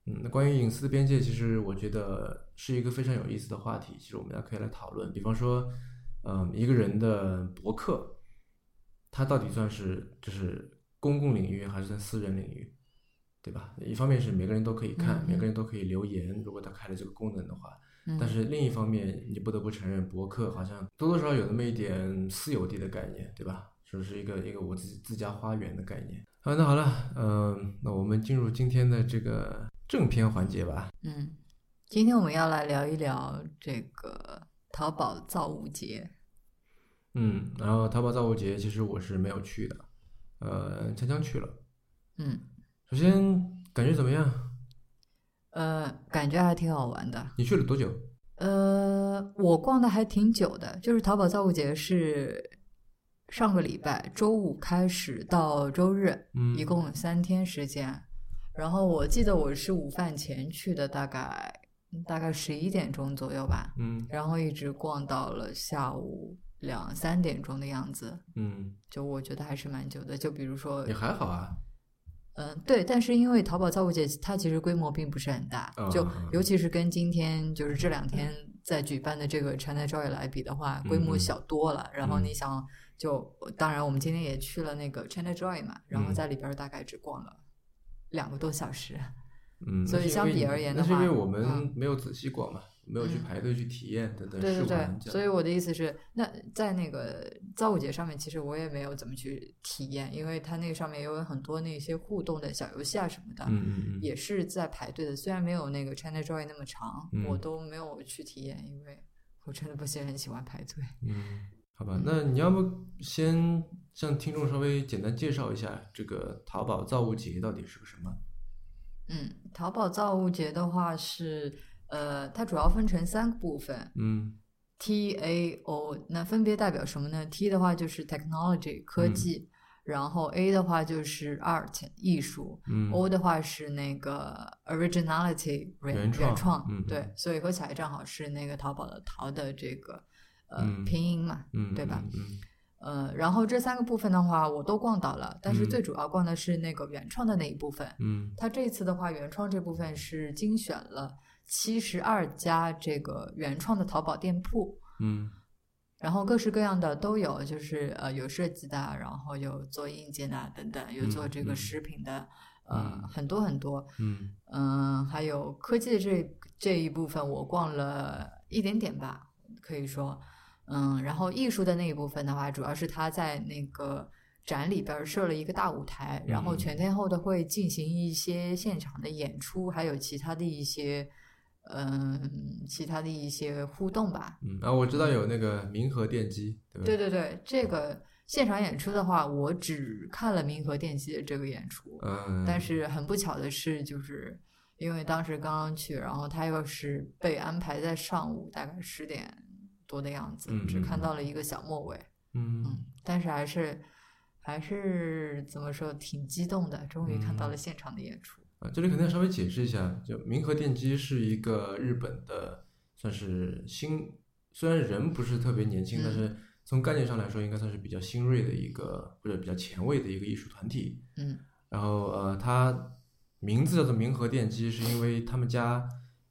Speaker 1: 嗯，那关于隐私的边界，其实我觉得是一个非常有意思的话题。其实我们大家可以来讨论，比方说，嗯，一个人的博客，他到底算是就是公共领域还是在私人领域，对吧？一方面是每个人都可以看，
Speaker 2: 嗯嗯
Speaker 1: 每个人都可以留言，如果他开了这个功能的话，
Speaker 2: 嗯，
Speaker 1: 但是另一方面，你不得不承认，博客好像多多少少有那么一点私有地的概念，对吧？就是一个一个我自己自家花园的概念。啊，那好了，嗯、那我们进入今天的这个正片环节吧。
Speaker 2: 嗯，今天我们要来聊一聊这个淘宝造物节。
Speaker 1: 嗯，然后淘宝造物节其实我是没有去的，呃，锵锵去了。
Speaker 2: 嗯
Speaker 1: 首先感觉怎么样？
Speaker 2: 呃，感觉还挺好玩的。
Speaker 1: 你去了多久？
Speaker 2: 呃，我逛的还挺久的，就是淘宝造物节是上个礼拜周五开始到周日，
Speaker 1: 嗯，
Speaker 2: 一共有三天时间。然后我记得我是午饭前去的，大概大概十一点钟左右吧，
Speaker 1: 嗯
Speaker 2: 然后一直逛到了下午两三点钟的样子。
Speaker 1: 嗯，
Speaker 2: 就我觉得还是蛮久的，就比如说
Speaker 1: 也还好啊。
Speaker 2: 嗯，对，但是因为淘宝造物节它其实规模并不是很大，就
Speaker 1: 啊
Speaker 2: 尤其是跟今天就是这两天在举办的这个 China Joy 来比的话，规模
Speaker 1: 嗯
Speaker 2: 小多了。然后你
Speaker 1: 嗯
Speaker 2: 想就，当然我们今天也去了那个 China Joy 嘛，然后
Speaker 1: 嗯
Speaker 2: 在里边儿大概只逛了两个多小时。
Speaker 1: 嗯，
Speaker 2: 所以
Speaker 1: 那是
Speaker 2: 相
Speaker 1: 因为
Speaker 2: 比
Speaker 1: 你
Speaker 2: 而言
Speaker 1: 那
Speaker 2: 的
Speaker 1: 是因
Speaker 2: 话
Speaker 1: 为我们
Speaker 2: 嗯
Speaker 1: 没有仔细逛嘛，没有去
Speaker 2: 嗯
Speaker 1: 排队去体验等等
Speaker 2: 对
Speaker 1: 试
Speaker 2: 对对
Speaker 1: 玩，这样。
Speaker 2: 所以我的意思是，那在那个造物节上面，其实我也没有怎么去体验，因为它那个上面也有很多那些互动的小游戏啊什么的。
Speaker 1: 嗯嗯嗯，
Speaker 2: 也是在排队的，虽然没有那个 China Joy 那么长，
Speaker 1: 嗯
Speaker 2: 我都没有去体验，因为我真的不是很喜欢排队。
Speaker 1: 嗯，好吧，那你要不先向听众稍微简单介绍一下这个淘宝造物节到底是个什么？
Speaker 2: 嗯，淘宝造物节的话是，呃，它主要分成三个部分
Speaker 1: 嗯
Speaker 2: ，T A O，那分别代表什么呢？T 的话就是 technology 科
Speaker 1: 嗯
Speaker 2: 技，然后 A 的话就是 art 艺术，
Speaker 1: 嗯
Speaker 2: O 的话是那个 originality 原
Speaker 1: 原创
Speaker 2: 创
Speaker 1: 嗯
Speaker 2: 对
Speaker 1: 嗯，
Speaker 2: 所以合起来正好是那个淘宝的淘的这个呃、
Speaker 1: 嗯
Speaker 2: 拼音嘛，
Speaker 1: 嗯，
Speaker 2: 对吧
Speaker 1: 嗯？嗯
Speaker 2: 呃，然后这三个部分的话我都逛到了，但是
Speaker 1: 嗯
Speaker 2: 最主要逛的是那个原创的那一部分。
Speaker 1: 嗯
Speaker 2: 它这次的话，原创这部分是精选了七十二家这个原创的淘宝店铺，
Speaker 1: 嗯
Speaker 2: 然后各式各样的都有，就是呃有设计的，然后有做硬件的等等，有做
Speaker 1: 嗯
Speaker 2: 这个
Speaker 1: 嗯
Speaker 2: 食品的，
Speaker 1: 嗯
Speaker 2: 呃很多很多。
Speaker 1: 嗯
Speaker 2: 嗯，还有科技这这一部分，我逛了一点点吧，可以说，嗯，然后艺术的那一部分的话，主要是他在那个展里边儿设了一个大舞台，然后
Speaker 1: 嗯
Speaker 2: 全天候的会进行一些现场的演出，还有其他的一些，嗯，其他的一些互动吧。
Speaker 1: 嗯，啊，我知道有那个明和电机，对吧？
Speaker 2: 对对对，这个现场演出的话，我只看了民和电机的这个演出，
Speaker 1: 嗯，
Speaker 2: 但是很不巧的是，就是因为当时刚刚去，然后他又是被安排在上午大概十点多的样子，
Speaker 1: 嗯
Speaker 2: 只
Speaker 1: 嗯
Speaker 2: 看
Speaker 1: 嗯
Speaker 2: 到了一个小末尾。
Speaker 1: 嗯
Speaker 2: 嗯，但是还是还是怎么说，挺激动的，终于看到
Speaker 1: 嗯
Speaker 2: 了现场的演出。
Speaker 1: 啊，这里可能要稍微解释一下，就明和电机是一个日本的，算是新，虽然人不是特别年轻，但
Speaker 2: 嗯
Speaker 1: 是从概念上来说，应该算是比较新锐的一个或者比较前卫的一个艺术团体。
Speaker 2: 嗯
Speaker 1: 然后呃，它名字叫做明和电机，是因为他们家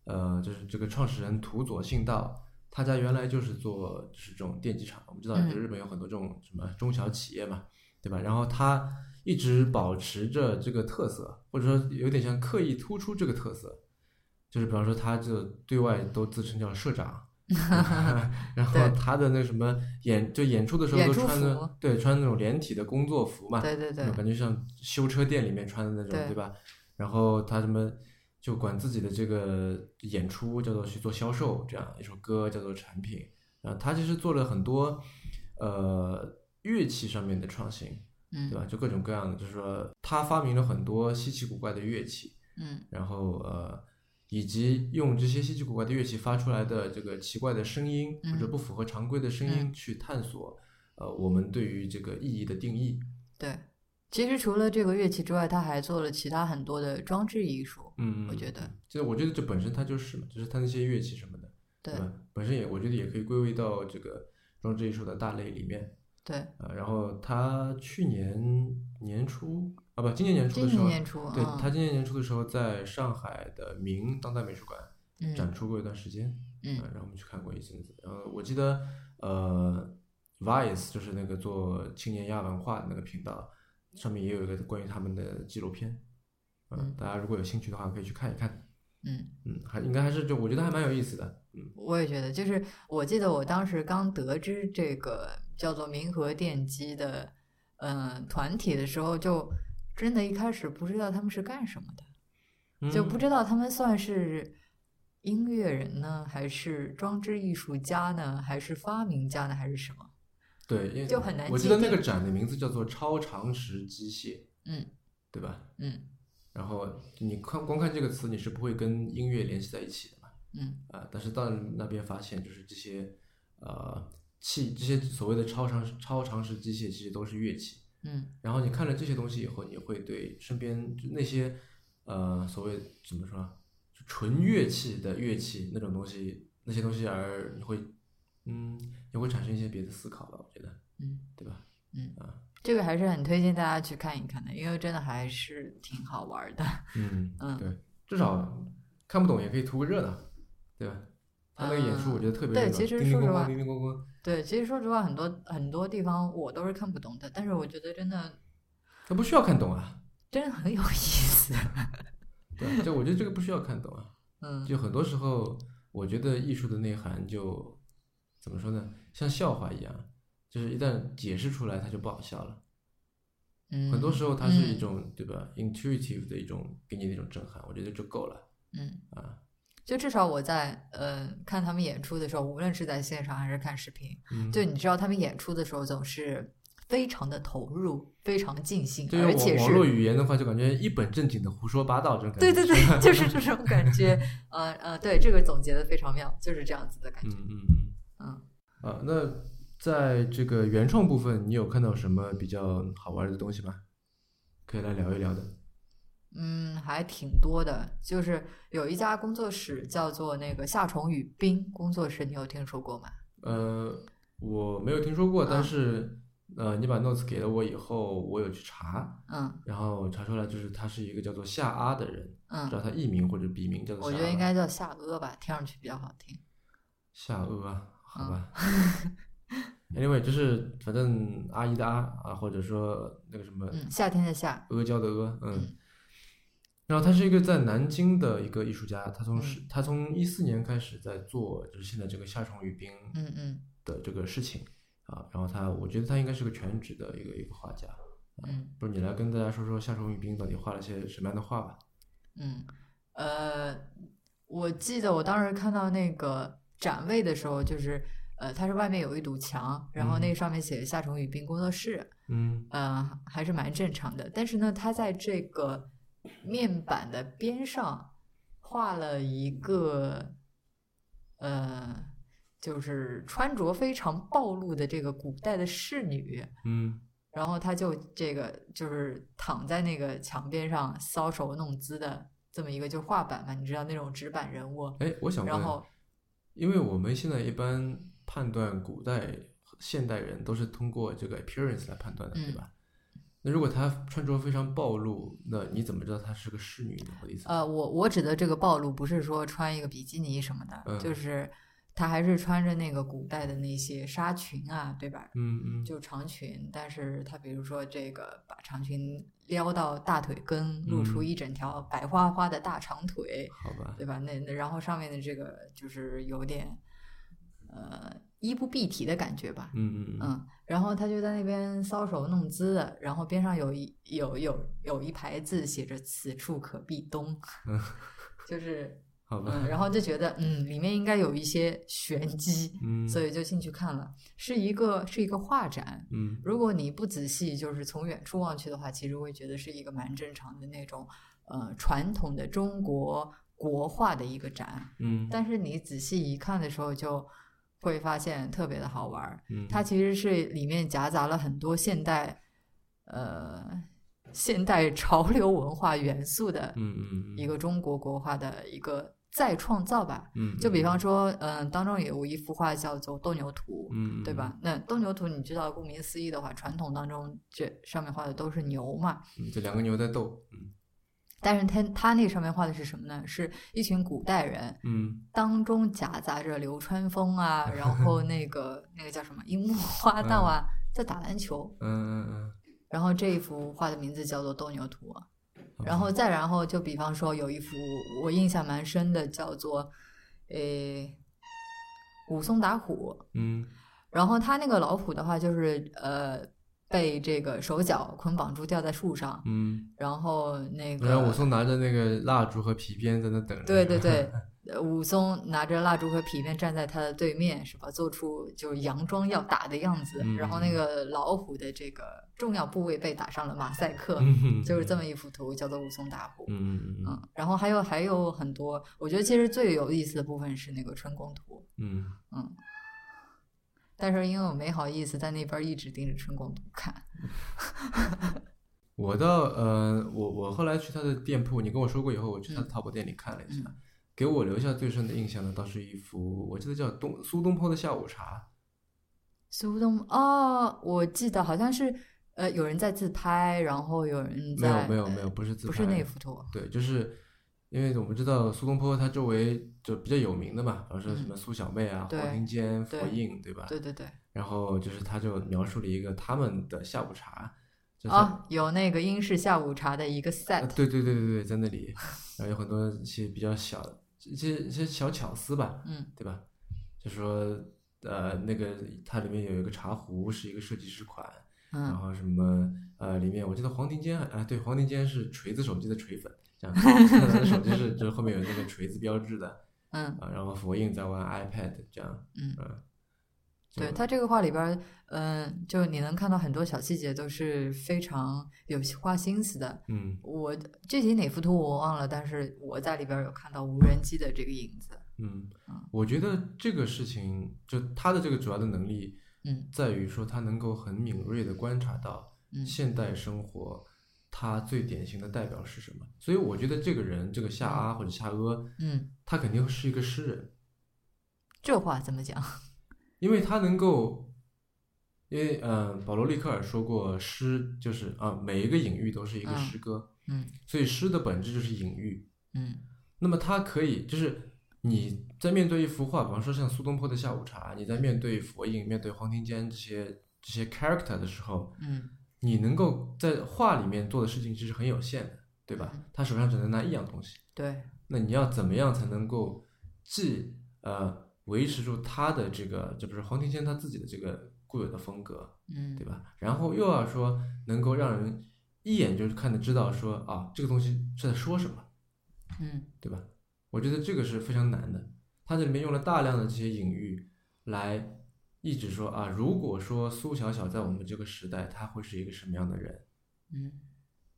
Speaker 1: 呃，就是这个创始人土佐信道，他家原来就是做就是这种电机厂，我们知道
Speaker 2: 嗯
Speaker 1: 就日本有很多这种什么中小企业嘛，对吧？然后他一直保持着这个特色，或者说有点像刻意突出这个特色。就是比方说，他就对外都自称叫社 长，然后
Speaker 2: 对
Speaker 1: 他的那什么演就演出的时候
Speaker 2: 演
Speaker 1: 都
Speaker 2: 出
Speaker 1: 穿
Speaker 2: 服
Speaker 1: 着对穿那种连体的工作服嘛，
Speaker 2: 对对对
Speaker 1: 那种，感觉像修车店里面穿的那种，
Speaker 2: 对
Speaker 1: 对吧？然后他什么就管自己的这个演出叫做去做销售，这样一首歌叫做产品。然后他其实做了很多呃乐器上面的创新，对
Speaker 2: 嗯
Speaker 1: 吧？就各种各样的，就是说他发明了很多稀奇古怪的乐器，
Speaker 2: 嗯
Speaker 1: 然后呃。以及用这些稀奇古怪的乐器发出来的这个奇怪的声音，或者
Speaker 2: 嗯
Speaker 1: 不符合常规的声音，去探索，呃，我们对于这个意义的定义。
Speaker 2: 对。其实除了这个乐器之外，他还做了其他很多的装置艺术，
Speaker 1: 嗯，
Speaker 2: 我觉得
Speaker 1: 就是我觉得这本身它就是嘛，就是它那些乐器什么的，
Speaker 2: 对
Speaker 1: 吧？本身也我觉得也可以归为到这个装置艺术的大类里面
Speaker 2: 对。
Speaker 1: 啊、呃然后他去年年初啊，不，今年年初
Speaker 2: 今
Speaker 1: 的时
Speaker 2: 年
Speaker 1: 候，
Speaker 2: 年初，
Speaker 1: 对
Speaker 2: 嗯
Speaker 1: 他今年年初的时候，在上海的明当代美术馆展
Speaker 2: 嗯
Speaker 1: 出过一段时间，
Speaker 2: 嗯
Speaker 1: 呃然后我们去看过一阵子。然后我记得呃，Vice 就是那个做青年亚文化的那个频道，上面也有一个关于他们的纪录片，嗯、
Speaker 2: 嗯
Speaker 1: 大家如果有兴趣的话，可以去看一看。
Speaker 2: 嗯，
Speaker 1: 嗯，还应该还是就我觉得还蛮有意思的，嗯
Speaker 2: 我也觉得，就是我记得我当时刚得知这个叫做“民和电机”的，嗯，团体的时候，就真的一开始不知道他们是干什么的，
Speaker 1: 嗯
Speaker 2: 就不知道他们算是音乐人呢，还是装置艺术家呢，还是发明家呢，还是什么？
Speaker 1: 对，因为
Speaker 2: 就很难
Speaker 1: 我记
Speaker 2: 界
Speaker 1: 得那个
Speaker 2: 定
Speaker 1: 展的名字叫做超常识机械，
Speaker 2: 嗯
Speaker 1: 对吧？
Speaker 2: 嗯
Speaker 1: 然后你看光看这个词，你是不会跟音乐联系在一起的嘛？
Speaker 2: 嗯
Speaker 1: 啊、但是到那边发现，就是这些呃器，这些所谓的超常超常识机械，其实都是乐器。
Speaker 2: 嗯
Speaker 1: 然后你看了这些东西以后，你会对身边就那些呃所谓怎么说啊，就纯乐器的乐器那种东西，那些东西而你会嗯，你会产生一些别的思考吧，我觉得，
Speaker 2: 嗯，
Speaker 1: 对吧？
Speaker 2: 嗯
Speaker 1: 啊，
Speaker 2: 这个还是很推荐大家去看一看的，因为真的还是挺好玩的。
Speaker 1: 嗯，
Speaker 2: 嗯
Speaker 1: 对，至少看不懂也可以图个热闹，对吧？他那个演出我觉得特别热闹，
Speaker 2: 嗯对其实
Speaker 1: 叮叮
Speaker 2: 说
Speaker 1: 咣
Speaker 2: 实
Speaker 1: 咣，
Speaker 2: 话
Speaker 1: 叮叮咣咣，
Speaker 2: 对，其实说实话，很多很多地方我都是看不懂的，但是我觉得真的
Speaker 1: 他不需要看懂啊，
Speaker 2: 真的很有意思。
Speaker 1: 对，就我觉得这个不需要看懂啊，
Speaker 2: 嗯，
Speaker 1: 就很多时候我觉得艺术的内涵就怎么说呢，像笑话一样，就是一旦解释出来，它就不好笑了。
Speaker 2: 嗯
Speaker 1: 很多时候它是一
Speaker 2: 嗯
Speaker 1: 种对吧，intuitive 的一种给你的一种震撼，我觉得就够了
Speaker 2: 嗯，
Speaker 1: 啊。
Speaker 2: 就至少我在呃看他们演出的时候，无论是在线上还是看视频，
Speaker 1: 嗯，
Speaker 2: 就你知道他们演出的时候总是非常的投入，非常尽兴，
Speaker 1: 就
Speaker 2: 而
Speaker 1: 用
Speaker 2: 且
Speaker 1: 网网
Speaker 2: 是
Speaker 1: 络语言的话，就感觉一本正经的胡说八道这种感觉。
Speaker 2: 对对对，就是这种感 觉。呃呃，对，这个总结的非常妙，就是这样子的感
Speaker 1: 嗯
Speaker 2: 觉。
Speaker 1: 嗯嗯。
Speaker 2: 嗯
Speaker 1: 啊，那在这个原创部分，你有看到什么比较好玩的东西吗？可以来聊一聊的。
Speaker 2: 嗯，还挺多的。就是有一家工作室叫做那个夏虫语冰工作室，你有听说过吗？
Speaker 1: 呃，我没有听说过，但
Speaker 2: 啊
Speaker 1: 是呃，你把 notes 给了我以后，我有去查，
Speaker 2: 嗯
Speaker 1: 然后查出来就是他是一个叫做夏阿的人，不知
Speaker 2: 嗯，
Speaker 1: 道他艺名或者笔名叫做
Speaker 2: 我
Speaker 1: 夏阿吧。
Speaker 2: 觉得应该叫夏阿吧，听上去比较好听。
Speaker 1: 夏阿啊，好吧。anyway，就是反正阿姨的阿啊，或者说那个什么
Speaker 2: 嗯，夏天的夏。
Speaker 1: 阿胶的阿，嗯
Speaker 2: 嗯。
Speaker 1: 然后他是一个在南京的一个艺术家，他
Speaker 2: 嗯
Speaker 1: 从十、他从一四年开始在做，就是现在这个夏虫语冰
Speaker 2: 嗯嗯
Speaker 1: 的这个事情、啊。然后他，我觉得他应该是个全职的一个一个画家。
Speaker 2: 嗯
Speaker 1: 不是你来跟大家说说夏虫语冰到底画了些什么样的画吧？
Speaker 2: 嗯，呃，我记得我当时看到那个展位的时候，就是呃，它是外面有一堵墙，然后那
Speaker 1: 嗯
Speaker 2: 上面写着夏虫语冰工作室。
Speaker 1: 嗯
Speaker 2: 呃，还是蛮正常的。但是呢，他在这个面板的边上画了一个，呃，就是穿着非常暴露的这个古代的侍女，
Speaker 1: 嗯
Speaker 2: 然后他就这个就是躺在那个墙边上搔首弄姿的这么一个就是画板嘛，你知道那种纸板人物，
Speaker 1: 哎，我想
Speaker 2: 然
Speaker 1: 问，
Speaker 2: 后
Speaker 1: 因为我们现在一般判断古代、现代人都是通过这个 appearance 来判断的，对
Speaker 2: 嗯
Speaker 1: 吧？那如果她穿着非常暴露，那你怎么知道她是个侍女呢？我的意思是，
Speaker 2: 呃，我我指的这个暴露不是说穿一个比基尼什么的，
Speaker 1: 嗯
Speaker 2: 就是她还是穿着那个古代的那些纱裙啊，对吧？
Speaker 1: 嗯嗯，
Speaker 2: 就长裙，但是她比如说这个把长裙撩到大腿根，露出
Speaker 1: 嗯
Speaker 2: 一整条白花花的大长腿，
Speaker 1: 好吧，
Speaker 2: 对吧？那那然后上面的这个就是有点呃衣不蔽体的感觉吧，
Speaker 1: 嗯嗯嗯
Speaker 2: 嗯，然后他就在那边搔首弄姿的，然后边上有一有有有一排字写着“此处可壁咚”，就是
Speaker 1: 好吧
Speaker 2: 嗯，，然后就觉得嗯，里面应该有一些玄机，
Speaker 1: 嗯，
Speaker 2: 所以就进去看了，是一个是一个画展。
Speaker 1: 嗯
Speaker 2: 如果你不仔细，就是从远处望去的话，其实会觉得是一个蛮正常的那种，呃，传统的中国国画的一个展。
Speaker 1: 嗯，
Speaker 2: 但是你仔细一看的时候，就会发现特别的好玩儿。
Speaker 1: 嗯
Speaker 2: 它其实是里面夹杂了很多现代，呃，现代潮流文化元素的
Speaker 1: 嗯嗯嗯
Speaker 2: 一个中国国画的一个再创造吧。
Speaker 1: 嗯，
Speaker 2: 就
Speaker 1: 嗯
Speaker 2: 比方说，嗯、当中有一幅画叫做《斗牛图》，
Speaker 1: 嗯
Speaker 2: 对？吧？那斗牛图你知道，顾名思义的话，传统当中这上面画的都是牛嘛，
Speaker 1: 嗯嗯这两个牛在斗，嗯
Speaker 2: 但是它它那上面画的是什么呢？是一群古代人，
Speaker 1: 嗯
Speaker 2: 当中夹杂着流川枫啊，然 后那个那个叫什么樱木花道啊，在打篮球。
Speaker 1: 嗯嗯
Speaker 2: 然后这一幅画的名字叫做《斗牛图》，啊
Speaker 1: 嗯，
Speaker 2: 然后再然后就比方说有一幅我印象蛮深的，叫做诶武松打虎，
Speaker 1: 嗯
Speaker 2: 然后他那个老虎的话，就是呃被这个手脚捆绑住吊在树上，
Speaker 1: 嗯，
Speaker 2: 然后那个
Speaker 1: 然后武松拿着那个蜡烛和皮鞭在那等着，
Speaker 2: 对对对，呃武松拿着蜡烛和皮鞭站在他的对面，是吧？做出就是佯装要打的样子，
Speaker 1: 嗯
Speaker 2: 然后那个老虎的这个重要部位被打上了马赛克，
Speaker 1: 嗯，
Speaker 2: 就是这么一幅图，叫做武松打虎。
Speaker 1: 嗯，嗯嗯
Speaker 2: 嗯，然后还有还有很多，我觉得其实最有意思的部分是那个春宫图，
Speaker 1: 嗯
Speaker 2: 嗯，但是因为我没好意思在那边一直盯着春宫图看，
Speaker 1: 我到呃，我我后来去他的店铺，你跟我说过以后，我去他的
Speaker 2: 嗯
Speaker 1: 淘宝店里看了一下，
Speaker 2: 嗯
Speaker 1: 给我留下最深的印象呢，倒是一幅我记得叫东苏东坡的下午茶，
Speaker 2: 苏东啊，我记得好像是呃有人在自拍，然后有人
Speaker 1: 没有
Speaker 2: 在
Speaker 1: 没有没
Speaker 2: 呃
Speaker 1: 有，不是自
Speaker 2: 不
Speaker 1: 拍，
Speaker 2: 是那幅图，
Speaker 1: 对，就是因为我们知道苏东坡他周围就比较有名的嘛，比如说什么
Speaker 2: 嗯
Speaker 1: 苏小妹啊、
Speaker 2: 对
Speaker 1: 黄庭坚、佛
Speaker 2: 对
Speaker 1: 印，对吧？
Speaker 2: 对对对
Speaker 1: 然后就是他就描述了一个他们的下午茶，就他
Speaker 2: 啊，有那个英式下午茶的一个
Speaker 1: 啊
Speaker 2: set，
Speaker 1: 对对对对对，在那里，然后有很多一些比较小一些一些小巧思吧，
Speaker 2: 嗯
Speaker 1: 对吧？就说呃那个它里面有一个茶壶是一个设计师款，然
Speaker 2: 嗯，
Speaker 1: 后什么呃，里面我记得黄庭坚还啊，对，黄庭坚是锤子手机的锤粉，这 样，他的手机是就是后面有那个锤子标志的
Speaker 2: 嗯
Speaker 1: 啊，然后佛印在玩 iPad 这样，
Speaker 2: 嗯
Speaker 1: 嗯，就
Speaker 2: 对他这个画里边儿，嗯、就你能看到很多小细节都是非常有花心思的。
Speaker 1: 嗯
Speaker 2: 我具体哪幅图我忘了，但是我在里边儿有看到无人机的这个影子。
Speaker 1: 嗯
Speaker 2: 嗯，
Speaker 1: 我觉得这个事情就他的这个主要的能力
Speaker 2: 嗯
Speaker 1: 在于说他能够很敏锐的观察到
Speaker 2: 嗯
Speaker 1: 现代生活。他最典型的代表是什么？所以我觉得这个人，这个夏阿或者夏阿，
Speaker 2: 嗯，
Speaker 1: 他肯定是一个诗人，
Speaker 2: 这话怎么讲？
Speaker 1: 因为他能够，因为呃，保罗·利克尔说过，诗就是啊，每一个隐喻都是一个
Speaker 2: 嗯
Speaker 1: 诗歌，
Speaker 2: 嗯
Speaker 1: 所以诗的本质就是隐喻。
Speaker 2: 嗯
Speaker 1: 那么它可以就是你在面对一幅画，比方说像苏东坡的《下午茶》，你在面对佛印、面对黄庭坚这些这些 character 的时候，
Speaker 2: 嗯
Speaker 1: 你能够在画里面做的事情其实很有限的，对吧
Speaker 2: 嗯？
Speaker 1: 他手上只能拿一样东西，
Speaker 2: 对，
Speaker 1: 那你要怎么样才能够既呃维持住他的这个，这不是黄庭坚他自己的这个固有的风格，
Speaker 2: 嗯
Speaker 1: 对吧？然后又要说能够让人一眼就看得知道说啊这个东西是在说什么，
Speaker 2: 嗯
Speaker 1: 对吧？我觉得这个是非常难的。他这里面用了大量的这些隐喻来一直说啊，如果说苏小小在我们这个时代，她会是一个什么样的人？
Speaker 2: 嗯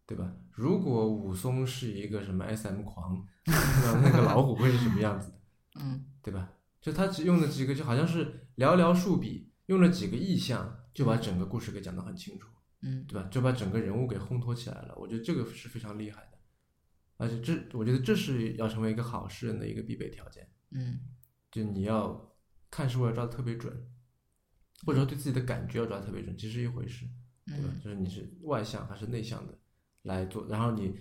Speaker 1: 对吧？如果武松是一个什么 SM 狂， 那那个老虎会是什么样子的，
Speaker 2: 嗯
Speaker 1: 对吧？就他只用了几个，就好像是寥寥数笔，用了几个意象就把整个故事给讲得很清楚，
Speaker 2: 嗯
Speaker 1: 对吧？就把整个人物给烘托起来了。我觉得这个是非常厉害的，而且这我觉得这是要成为一个好诗人的一个必备条件，
Speaker 2: 嗯
Speaker 1: 就你要看事物要抓得特别准，或者说对自己的感觉要抓得特别准，其实是一回事。对吧？
Speaker 2: 嗯
Speaker 1: 就是你是外向还是内向的来做，然后你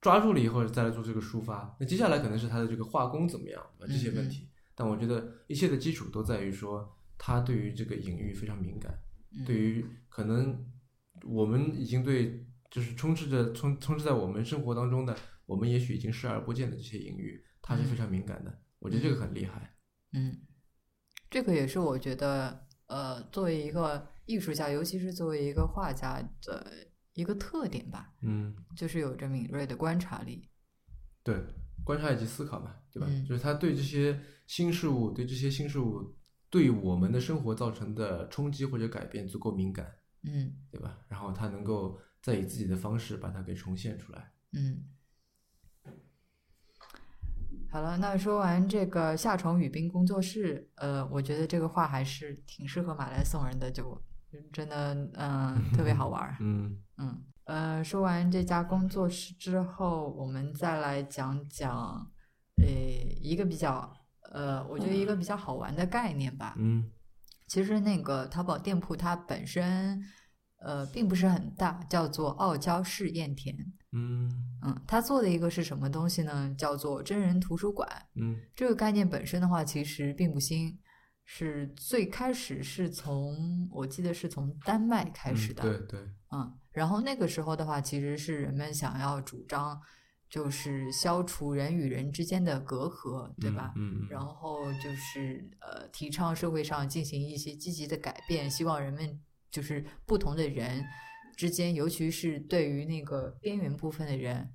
Speaker 1: 抓住了以后再来做这个抒发。那接下来可能是他的这个画工怎么样，对吧？这些问题，但我觉得一切的基础都在于说他对于这个隐喻非常敏感，
Speaker 2: 嗯
Speaker 1: 对于可能我们已经对就是充斥着充充斥在我们生活当中的，我们也许已经视而不见的这些隐喻，他是非常敏感的。我觉得这个很厉害。
Speaker 2: 嗯，这个也是我觉得，呃，作为一个艺术家，尤其是作为一个画家的一个特点吧，
Speaker 1: 嗯，
Speaker 2: 就是有着敏锐的观察力。
Speaker 1: 对，观察以及思考嘛，对吧？
Speaker 2: 嗯
Speaker 1: 就是他对这些新事物，对这些新事物对我们的生活造成的冲击或者改变足够敏感，
Speaker 2: 嗯
Speaker 1: 对吧？然后他能够再以自己的方式把它给重现出来。
Speaker 2: 嗯。好了，那说完这个夏虫语冰工作室，呃，我觉得这个画还是挺适合买来送人的，就真的，嗯、特别好玩儿。
Speaker 1: 嗯
Speaker 2: 嗯，呃，说完这家工作室之后，我们再来讲讲，呃，一个比较，呃，我觉得一个比较好玩的概念吧。
Speaker 1: 嗯
Speaker 2: 其实那个淘宝店铺它本身，呃，并不是很大，叫做傲娇试验田。
Speaker 1: 嗯
Speaker 2: 嗯，它做的一个是什么东西呢？叫做真人图书馆。
Speaker 1: 嗯
Speaker 2: 这个概念本身的话，其实并不新，是最开始是从我记得是从丹麦开始的。
Speaker 1: 嗯对对，
Speaker 2: 嗯，然后那个时候的话，其实是人们想要主张，就是消除人与人之间的隔阂，对吧？
Speaker 1: 嗯嗯，
Speaker 2: 然后就是呃，提倡社会上进行一些积极的改变，希望人们就是不同的人之间，尤其是对于那个边缘部分的人，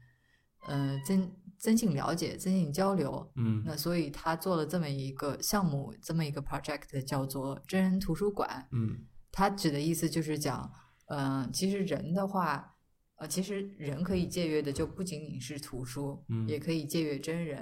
Speaker 2: 呃，增增进了解，增进交流。
Speaker 1: 嗯
Speaker 2: 那所以他做了这么一个项目，这么一个 project 叫做真人图书馆。
Speaker 1: 嗯
Speaker 2: 他指的意思就是讲，嗯、其实人的话，呃，其实人可以借阅的就不仅仅是图书，
Speaker 1: 嗯
Speaker 2: 也可以借阅真人。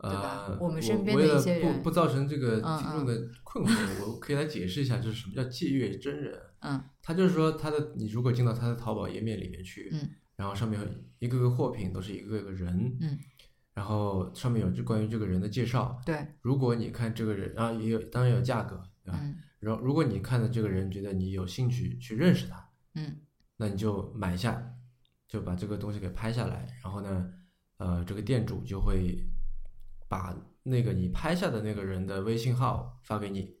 Speaker 2: 对吧
Speaker 1: 呃，
Speaker 2: 我们身边的
Speaker 1: 为
Speaker 2: 一
Speaker 1: 了
Speaker 2: 些人
Speaker 1: 不不造成这个
Speaker 2: 嗯
Speaker 1: 听众的困惑，我可以来解释一下，就是什么叫借阅真人。
Speaker 2: 嗯
Speaker 1: 他就是说，他的你如果进到他的淘宝页面里面去，
Speaker 2: 嗯
Speaker 1: 然后上面有一个个货品都是一个个人，
Speaker 2: 嗯，
Speaker 1: 然后上面有这关于这个人的介绍。
Speaker 2: 对，
Speaker 1: 啊如果你看这个人，然后也有当然有价格，对吧？啊
Speaker 2: 嗯
Speaker 1: 然后如果你看的这个人觉得你有兴趣去认识他，
Speaker 2: 嗯
Speaker 1: 那你就买下，就把这个东西给拍下来，然后呢，呃，这个店主就会把那个你拍下的那个人的微信号发给你，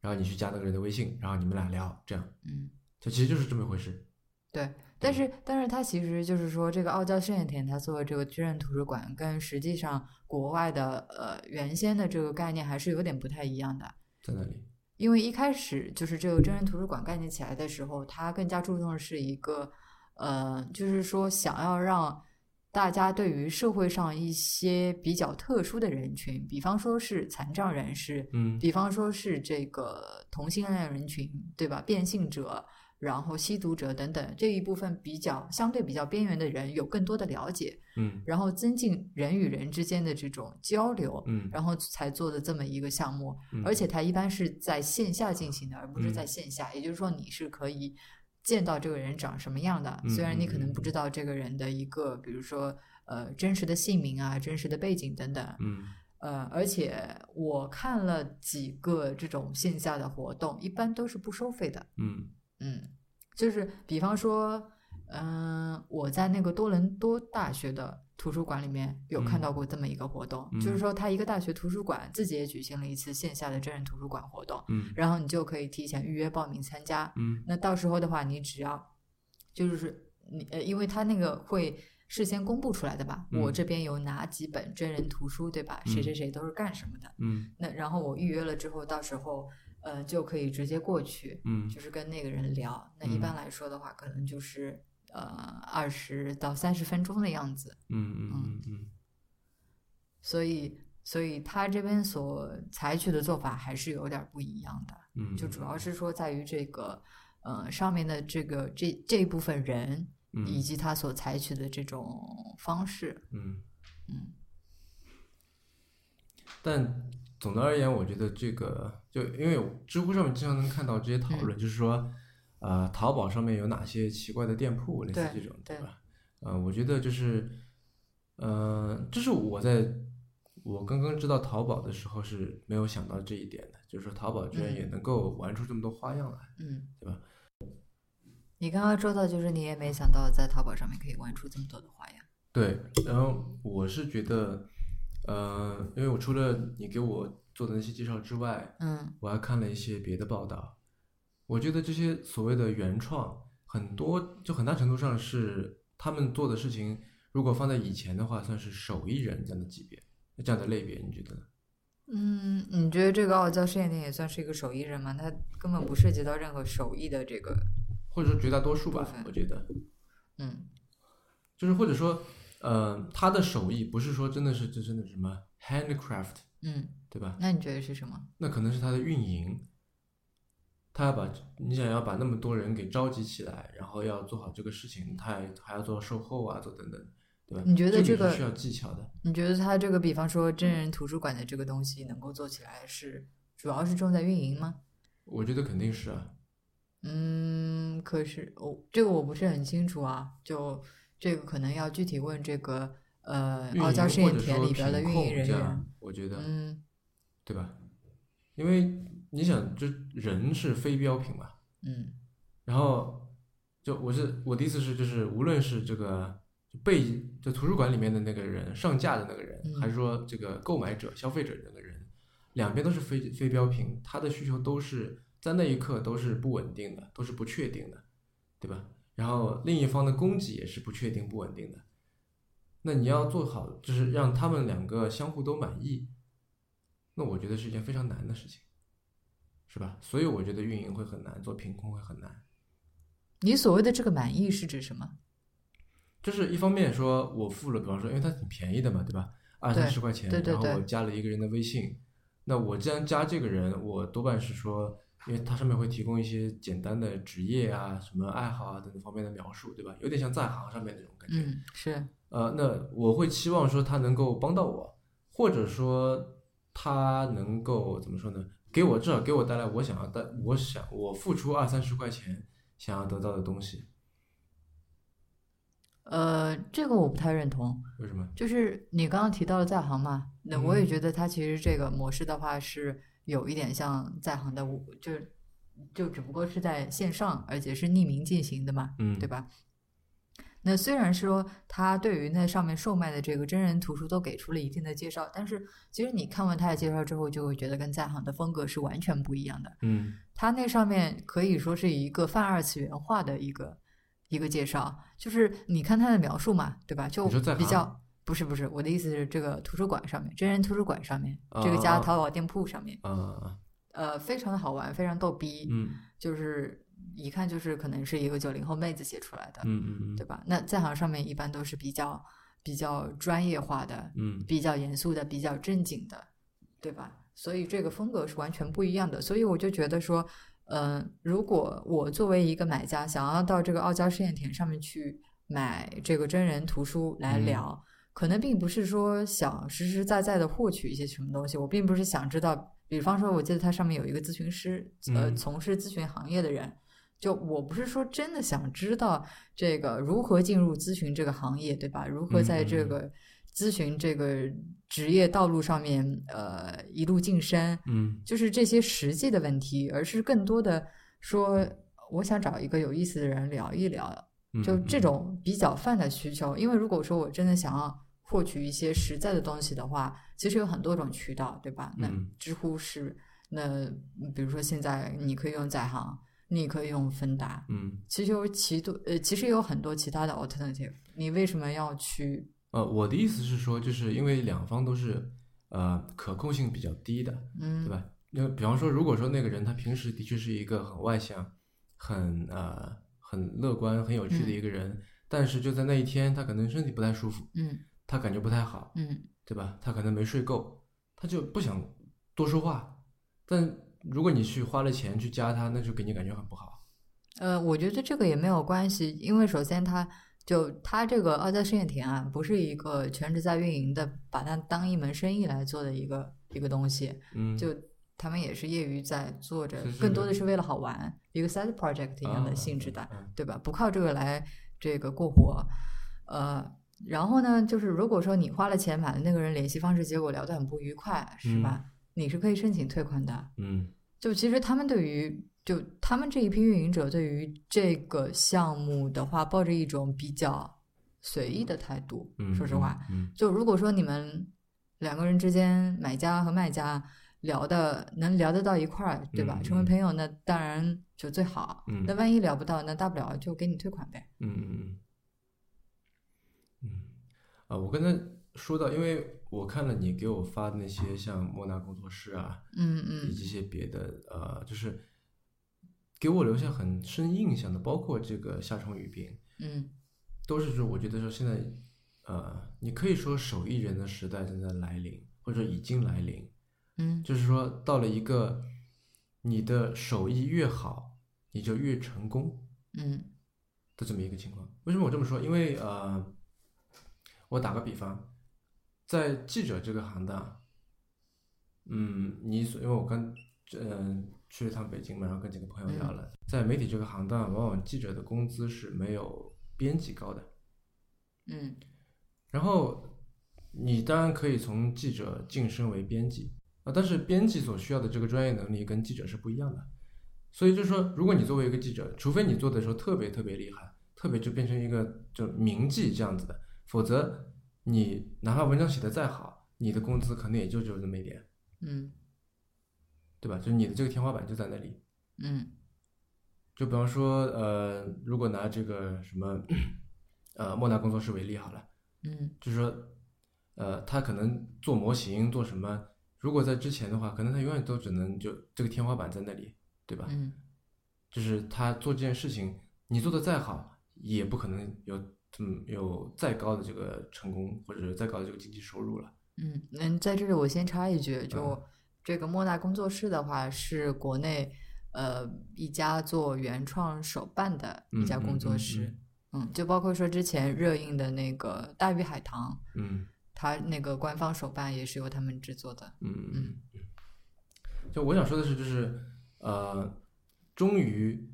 Speaker 1: 然后你去加那个人的微信，然后你们俩聊，这样
Speaker 2: 嗯，
Speaker 1: 就其实就是这么一回事。
Speaker 2: 对。但是，但是它其实就是说，这个傲娇盛野田他做的这个军人图书馆，跟实际上国外的呃原先的这个概念还是有点不太一样的。
Speaker 1: 在那里，
Speaker 2: 因为一开始就是这个真人图书馆概念起来的时候，它更加注重的是一个，呃，就是说想要让大家对于社会上一些比较特殊的人群，比方说是残障人士，
Speaker 1: 嗯
Speaker 2: 比方说是这个同性恋人群，对吧？变性者，然后吸毒者等等这一部分比较相对比较边缘的人有更多的了解，
Speaker 1: 嗯
Speaker 2: 然后增进人与人之间的这种交流，
Speaker 1: 嗯
Speaker 2: 然后才做的这么一个项目，
Speaker 1: 嗯，
Speaker 2: 而且它一般是在线下进行的，而不是在
Speaker 1: 嗯
Speaker 2: 线下。也就是说，你是可以见到这个人长什么样的，虽然你可能
Speaker 1: 嗯
Speaker 2: 不知道这个人的一个，比如说呃真实的姓名啊、真实的背景等等。
Speaker 1: 嗯
Speaker 2: 呃，而且我看了几个这种线下的活动，一般都是不收费的。
Speaker 1: 嗯
Speaker 2: 嗯，就是比方说，嗯、我在那个多伦多大学的图书馆里面有看
Speaker 1: 嗯
Speaker 2: 到过这么一个活动，
Speaker 1: 嗯
Speaker 2: 就是说，它一个大学图书馆自己也举行了一次线下的真人图书馆活动，
Speaker 1: 嗯
Speaker 2: 然后你就可以提前预约报名参加。
Speaker 1: 嗯
Speaker 2: 那到时候的话，你只要就是你呃，因为他那个会事先公布出来的吧，我
Speaker 1: 嗯
Speaker 2: 这边有哪几本真人图书，对吧？谁谁谁都是干什么的。
Speaker 1: 嗯
Speaker 2: 那然后我预约了之后，到时候呃就可以直接过去，
Speaker 1: 嗯
Speaker 2: 就是跟那个人聊。那一般来说的话，可能就是呃二十到三十分钟的样子。
Speaker 1: 嗯嗯嗯
Speaker 2: 所以，所以他这边所采取的做法还是有点不一样的，
Speaker 1: 嗯，
Speaker 2: 就主要是说在于这个呃上面的这个这这一部分人，以及他所采取的这种方式。
Speaker 1: 嗯
Speaker 2: 嗯
Speaker 1: 但总的而言，我觉得这个就因为知乎上面经常能看到这些讨
Speaker 2: 嗯
Speaker 1: 论，就是说，呃，淘宝上面有哪些奇怪的店铺，类似这
Speaker 2: 对
Speaker 1: 种，
Speaker 2: 对
Speaker 1: 吧？呃，我觉得就是，呃，这是我在我刚刚知道淘宝的时候是没有想到这一点的，就是说淘宝居然也能够玩出这么多花样来。
Speaker 2: 嗯，
Speaker 1: 对吧？
Speaker 2: 你刚刚说到，就是你也没想到在淘宝上面可以玩出这么多的花样。
Speaker 1: 对，然后我是觉得，呃，因为我除了你给我做的那些介绍之外，
Speaker 2: 嗯
Speaker 1: 我还看了一些别的报道，我觉得这些所谓的原创，很多就很大程度上是他们做的事情，如果放在以前的话，算是手艺人这样的级别，这样的类别，你觉得呢？
Speaker 2: 嗯，你觉得这个傲娇试验店也算是一个手艺人吗？他根本不涉及到任何手艺的这个，
Speaker 1: 或者说绝大多数吧
Speaker 2: 部分，
Speaker 1: 我觉得
Speaker 2: 嗯
Speaker 1: 就是或者说，呃，他的手艺不是说真的是真正的什么 handcraft，
Speaker 2: 嗯。
Speaker 1: 对吧？
Speaker 2: 那你觉得是什么？
Speaker 1: 那可能是他的运营，他要把你想要把那么多人给召集起来，然后要做好这个事情，他还还要做售后啊，做等等，对吧？
Speaker 2: 你觉得
Speaker 1: 这
Speaker 2: 这
Speaker 1: 个
Speaker 2: 个
Speaker 1: 是需要技巧的，
Speaker 2: 你觉得他这个，比方说真人图书馆的这个东西能够做起来是，主要是重在运营吗？
Speaker 1: 我觉得肯定是啊，
Speaker 2: 嗯，可是哦，这个我不是很清楚啊，就这个可能要具体问这个呃
Speaker 1: 运营
Speaker 2: 傲娇试
Speaker 1: 或
Speaker 2: 验
Speaker 1: 者
Speaker 2: 田
Speaker 1: 说
Speaker 2: 里边的
Speaker 1: 品
Speaker 2: 运
Speaker 1: 控
Speaker 2: 营人
Speaker 1: 这
Speaker 2: 员
Speaker 1: 样。，我觉得，
Speaker 2: 嗯
Speaker 1: 对吧？因为你想，这人是非标品嘛，
Speaker 2: 嗯
Speaker 1: 然后就我是我的意思是，就是无论是这个被就图书馆里面的那个人上架的那个人，
Speaker 2: 嗯
Speaker 1: 还是说这个购买者、消费者的那个人，两边都是非非标品，他的需求都是在那一刻都是不稳定的，都是不确定的，对吧？然后另一方的供给也是不确定、不稳定的。那你要做好，就是让他们两个相互都满意，那我觉得是一件非常难的事情，是吧？所以我觉得运营会很难，做品控会很难。
Speaker 2: 你所谓的这个满意是指什
Speaker 1: 嗯
Speaker 2: 么？
Speaker 1: 就是一方面说我付了，比方说，因为它挺便宜的嘛，对吧？二三十块钱，
Speaker 2: 对对
Speaker 1: 然后我
Speaker 2: 对
Speaker 1: 加了一个人的微信，那我既然加这个人，我多半是说，因为它上面会提供一些简单的职业啊、什么爱好啊等等方面的描述，对吧？有点像在行上面那种感觉。
Speaker 2: 嗯，是
Speaker 1: 呃，那我会期望说他能够帮到我，或者说他能够怎么说呢？给我至少给我带来我想要带，我想我付出二三十块钱想要得到的东西，
Speaker 2: 呃，这个我不太认同。
Speaker 1: 为什么？
Speaker 2: 就是你刚刚提到的在行嘛，那我也
Speaker 1: 嗯
Speaker 2: 觉得它其实这个模式的话是有一点像在行的，就就只不过是在线上，而且是匿名进行的嘛，
Speaker 1: 嗯，
Speaker 2: 对吧？那虽然说他对于那上面售卖的这个真人图书都给出了一定的介绍，但是其实你看完他的介绍之后，就会觉得跟在行的风格是完全不一样的。
Speaker 1: 嗯
Speaker 2: 它那上面可以说是一个泛二次元化的一个一个介绍，就是你看它的描述嘛，对吧？就
Speaker 1: 你说在
Speaker 2: 比
Speaker 1: 哪
Speaker 2: 较不是不是，我的意思是这个图书馆上面，真人图书馆上面，这个
Speaker 1: 啊
Speaker 2: 加淘宝店铺上面，
Speaker 1: 啊
Speaker 2: 呃，非常的好玩，非常逗逼，
Speaker 1: 嗯
Speaker 2: 就是一看就是可能是一个九零后妹子写出来的，
Speaker 1: 嗯嗯
Speaker 2: 对吧？那在行上面一般都是比较比较专业化的，
Speaker 1: 嗯
Speaker 2: 比较严肃的、比较正经的，对吧？所以这个风格是完全不一样的。所以我就觉得说，嗯、如果我作为一个买家，想要到这个傲娇试验田上面去买这个真人图书来
Speaker 1: 嗯
Speaker 2: 聊，可能并不是说想实实在在的获取一些什么东西，我并不是想知道。比方说，我记得它上面有一个咨询师，呃，
Speaker 1: 嗯
Speaker 2: 从事咨询行业的人，就我不是说真的想知道这个如何进入咨询这个行业，对吧？如何在这
Speaker 1: 嗯嗯嗯
Speaker 2: 个咨询这个职业道路上面，呃，一路晋升，
Speaker 1: 嗯
Speaker 2: 就是这些实际的问题，而是更多的说，我想找一个有意思的人聊一聊，
Speaker 1: 嗯，
Speaker 2: 就这种比较泛的需求。因为如果说我真的想要获取一些实在的东西的话，其实有很多种渠道，对吧？那
Speaker 1: 嗯
Speaker 2: 知乎是，那比如说现在你可以用在行，你可以用芬达，
Speaker 1: 嗯
Speaker 2: 其实有其多呃，其实有很多其他的 alternative，你为什么要去？
Speaker 1: 呃，我的意思是说，就是因为两方都是呃可控性比较低的，
Speaker 2: 嗯，
Speaker 1: 对吧？因为比方说，如果说那个人他平时的确是一个很外向、很呃很乐观、很有趣的一个人，但是就在那一天，他可能身体不太舒服，
Speaker 2: 嗯
Speaker 1: 他感觉不太好，
Speaker 2: 嗯
Speaker 1: 对吧？他可能没睡够，他就不想多说话。但如果你去花了钱去加他，那就给你感觉很不好。
Speaker 2: 呃，我觉得这个也没有关系，因为首先它就它这个傲娇试验田啊，不是一个全职在运营的，把它当一门生意来做的一个一个东西，
Speaker 1: 嗯，
Speaker 2: 就他们也是业余在做着
Speaker 1: 是是，
Speaker 2: 更多的是为了好玩，一个 side project 一样的性质的。
Speaker 1: 啊。嗯
Speaker 2: 对吧？不靠这个来这个过活，呃，然后呢，就是如果说你花了钱买了那个人联系方式，结果聊得很不愉快，是吧？你是可以申请退款的。
Speaker 1: 嗯
Speaker 2: 就其实他们对于就他们这一批运营者对于这个项目的话，抱着一种比较随意的态度。
Speaker 1: 嗯，
Speaker 2: 说实话，
Speaker 1: 嗯，
Speaker 2: 就如果说你们两个人之间，买家和卖家聊的能聊得到一块儿，对吧？
Speaker 1: 嗯
Speaker 2: 成
Speaker 1: 嗯
Speaker 2: 为朋友，那当然就最好。
Speaker 1: 嗯
Speaker 2: 那万一聊不到，那大不了就给你退款呗。
Speaker 1: 嗯嗯嗯嗯，啊，我刚才说到，因为我看了你给我发的那些像莫纳工作室啊，
Speaker 2: 嗯
Speaker 1: 以
Speaker 2: 嗯
Speaker 1: 及一些别的呃，就是给我留下很深印象的，包括这个夏虫语冰，
Speaker 2: 嗯
Speaker 1: 都是说我觉得说现在呃，你可以说手艺人的时代正在来临，或者已经来临，
Speaker 2: 嗯
Speaker 1: 就是说到了一个你的手艺越好，你就越成功。
Speaker 2: 嗯
Speaker 1: 的这么一个情况。为什么我这么说？因为呃，我打个比方，在记者这个行当，嗯，你所因为我刚嗯、去了趟北京嘛，然后跟几个朋友聊了，在媒体这个行当，往往记者的工资是没有编辑高的。
Speaker 2: 嗯
Speaker 1: 然后你当然可以从记者晋升为编辑啊，但是编辑所需要的这个专业能力跟记者是不一样的。所以就是说，如果你作为一个记者，除非你做的时候特别特别厉害，特别就变成一个就名记这样子的，否则你哪怕文章写的再好，你的工资可能也就只有这么一点，
Speaker 2: 嗯
Speaker 1: 对吧？就是你的这个天花板就在那里。
Speaker 2: 嗯
Speaker 1: 就比方说，呃，如果拿这个什么，呃，莫纳工作室为例好了。
Speaker 2: 嗯
Speaker 1: 就是说，呃，他可能做模型做什么，如果在之前的话，可能他永远都只能就这个天花板在那里，对吧？
Speaker 2: 嗯
Speaker 1: 就是他做这件事情，你做的再好，也不可能有嗯有再高的这个成功或者是再高的这个经济收入了。
Speaker 2: 嗯。嗯，在这里我先插一句，就
Speaker 1: 嗯
Speaker 2: 这个莫纳工作室的话，是国内呃一家做原创手办的一家
Speaker 1: 嗯嗯
Speaker 2: 工作
Speaker 1: 嗯
Speaker 2: 室。嗯，就包括说之前热映的那个《大鱼海棠》，
Speaker 1: 嗯
Speaker 2: 它那个官方手办也是由他们制作的。
Speaker 1: 嗯
Speaker 2: 嗯
Speaker 1: 嗯。就我想说的是，就是呃，终于，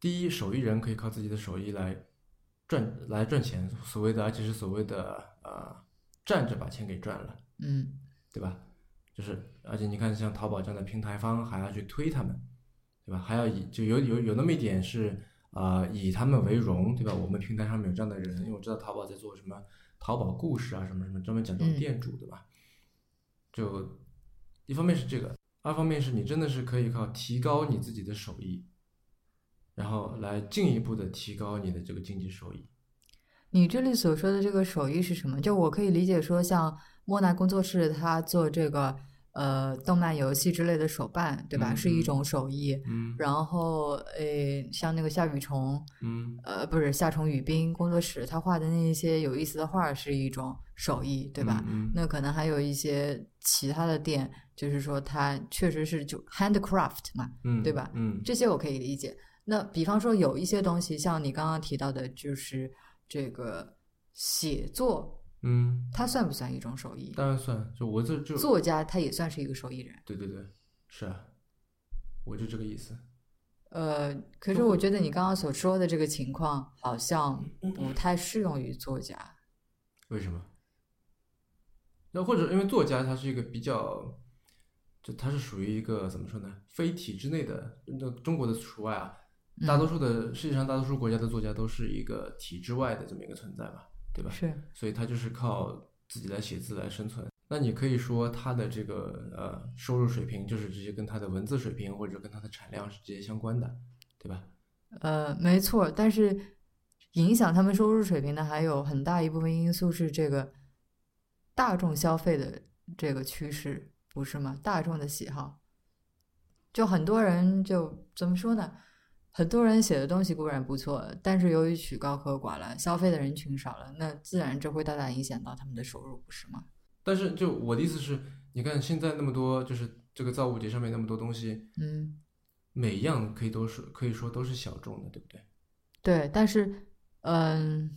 Speaker 1: 第一，手艺人可以靠自己的手艺来赚来赚钱，所谓的而且是所谓的呃站着把钱给赚了。
Speaker 2: 嗯
Speaker 1: 对吧？就是而且你看像淘宝这样的平台方还要去推他们，对吧？还要以就有有有那么一点是啊、呃以他们为荣，对吧？我们平台上面有这样的人，因为我知道淘宝在做什么淘宝故事啊，什么什么，专门讲这种
Speaker 2: 嗯
Speaker 1: 店主，对吧？就一方面是这个，二方面是你真的是可以靠提高你自己的手艺，然后来进一步的提高你的这个经济收益。
Speaker 2: 你这里所说的这个手艺是什么？就我可以理解说，像莫奈工作室，他做这个呃动漫游戏之类的手办，对吧？
Speaker 1: 嗯
Speaker 2: 是一
Speaker 1: 嗯
Speaker 2: 种手艺。
Speaker 1: 嗯
Speaker 2: 然后，诶，像那个夏雨虫，
Speaker 1: 嗯
Speaker 2: 呃，不是夏虫语冰工作室，他画的那一些有意思的画是一种手艺，对吧？？
Speaker 1: 嗯
Speaker 2: 那可能还有一些其他的店，就是说它确实是就 handcraft 嘛，
Speaker 1: 嗯，
Speaker 2: 对吧
Speaker 1: 嗯
Speaker 2: 这些我可以理解。那比方说有一些东西，像你刚刚提到的，就是这个写作，
Speaker 1: 嗯，
Speaker 2: 它算不算一种手艺？
Speaker 1: 当然算，就我这就
Speaker 2: 作家他也算是一个手艺人。
Speaker 1: 对对对，是啊，我就这个意思。
Speaker 2: 呃，可是我觉得你刚刚所说的这个情况，好像不太适用于作家。
Speaker 1: 为什么？那或者因为作家他是一个比较，就他是属于一个怎么说呢？非体制内的，那中国的除外啊，
Speaker 2: 嗯
Speaker 1: 大多数的世界上大多数国家的作家都是一个体制外的这么一个存在嘛，对吧？
Speaker 2: 是，
Speaker 1: 所以他就是靠自己来写字来生存。那你可以说他的这个呃收入水平就是直接跟他的文字水平或者跟他的产量是直接相关的，对吧？
Speaker 2: 呃，没错。但是影响他们收入水平的，还有很大一部分因素是这个大众消费的这个趋势，不是吗？大众的喜好，就很多人就怎么说呢？很多人写的东西固然不错，但是由于曲高和寡了，消费的人群少了，那自然这会大大影响到他们的收入，不是吗？
Speaker 1: 但是就我的意思是，你看现在那么多就是这个造物节上面那么多东西，
Speaker 2: 嗯，
Speaker 1: 每一样可以都是可以说都是小众的，对不对？
Speaker 2: 对，但是，嗯，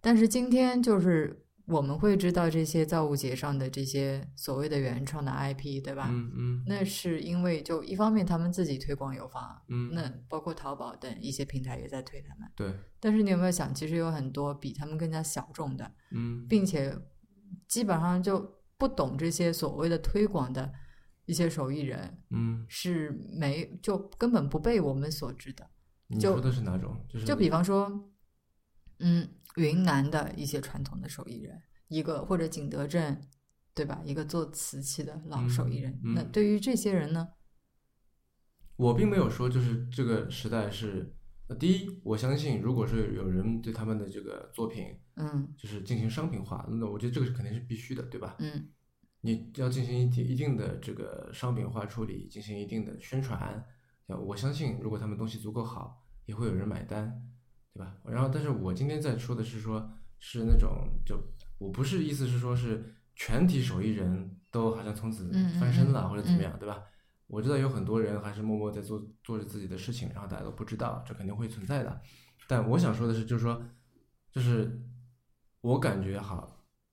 Speaker 2: 但是今天就是我们会知道这些造物节上的这些所谓的原创的 IP，对吧？
Speaker 1: 嗯嗯
Speaker 2: 那是因为就一方面他们自己推广有方，
Speaker 1: 嗯，
Speaker 2: 那包括淘宝等一些平台也在推他们。
Speaker 1: 对，
Speaker 2: 但是你有没有想，其实有很多比他们更加小众的，
Speaker 1: 嗯
Speaker 2: 并且基本上就不懂这些所谓的推广的一些手艺人
Speaker 1: 嗯，
Speaker 2: 是没就根本不被我们所知的。
Speaker 1: 你
Speaker 2: 就
Speaker 1: 说的是哪种？就是
Speaker 2: 就比方说，嗯，云南的一些传统的手艺人，一个或者景德镇，对吧？一个做瓷器的老手艺人。
Speaker 1: 嗯嗯
Speaker 2: 那对于这些人呢？
Speaker 1: 我并没有说就是这个时代是，呃第一，我相信如果是有人对他们的这个作品
Speaker 2: 嗯
Speaker 1: 就是进行商品化，那我觉得这个是肯定是必须的，对吧？
Speaker 2: 嗯
Speaker 1: 你要进行一定一定的这个商品化处理，进行一定的宣传。呃我相信，如果他们东西足够好，也会有人买单，对吧？然后，但是我今天在说的是说，是那种就我不是意思是说是全体手艺人都好像从此
Speaker 2: 嗯嗯
Speaker 1: 翻身了、
Speaker 2: 嗯
Speaker 1: 或者怎么样，对吧？我知道有很多人还是默默在做做着自己的事情，然后大家都不知道，这肯定会存在的。但我想说的是，就是说，就是我感觉哈，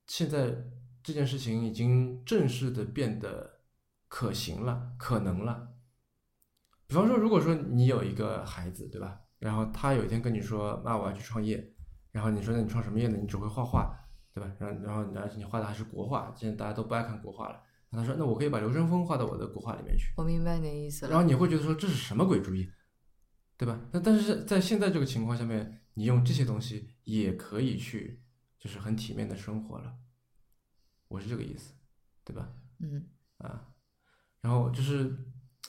Speaker 1: 现在这件事情已经正式的变得可行了，可能了。比方说，如果说你有一个孩子，对吧？然后他有一天跟你说：“妈，我要去创业。”然后你说：“那你创什么业呢？你只会画画，对吧？”然后，然后你而且你画的还是国画，现在大家都不爱看国画了。然后他说：“那我可以把刘春峰画到我的国画里面去。”
Speaker 2: 我明白你的意思
Speaker 1: 然
Speaker 2: 了。
Speaker 1: 后你会觉得说这是什么鬼主意，对吧？那但是在现在这个情况下面，你用这些东西也可以去，就是很体面的生活了，我是这个意思，对吧？
Speaker 2: 嗯
Speaker 1: 啊，然后就是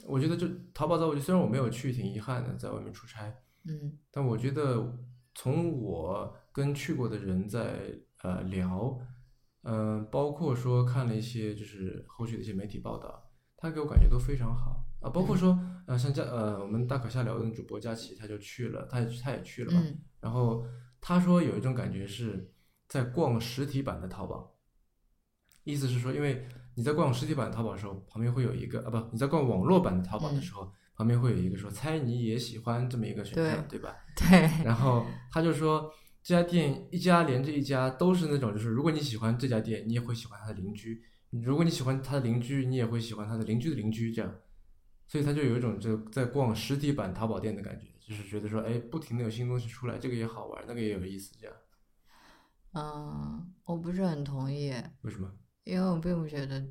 Speaker 1: 我觉得就淘宝造我觉得虽然我没有去，挺遗憾的，在外面出差，
Speaker 2: 嗯
Speaker 1: 但我觉得从我跟去过的人在呃聊，嗯、包括说看了一些就是后续的一些媒体报道，他给我感觉都非常好啊、包括说呃像佳呃我们大可下聊的主播佳琪，他就去了，他也他也去了嘛，
Speaker 2: 嗯
Speaker 1: 然后他说有一种感觉是在逛实体版的淘宝，意思是说，因为你在逛实体版的淘宝的时候，旁边会有一个啊不，你在逛网络版的淘宝的时候，旁边会有一个说“猜你也喜欢”这么一个选项，对吧？
Speaker 2: 对，
Speaker 1: 然后他就说。这家店一家连着一家都是那种，就是如果你喜欢这家店，你也会喜欢他的邻居；如果你喜欢他的邻居，你也会喜欢他的邻居的邻居这样。所以他就有一种就在逛实体版淘宝店的感觉，就是觉得说，哎，不停的有新东西出来，这个也好玩，那个也有意思，这样
Speaker 2: 嗯，我不是很同意。
Speaker 1: 为什么？
Speaker 2: 因为我并不觉得，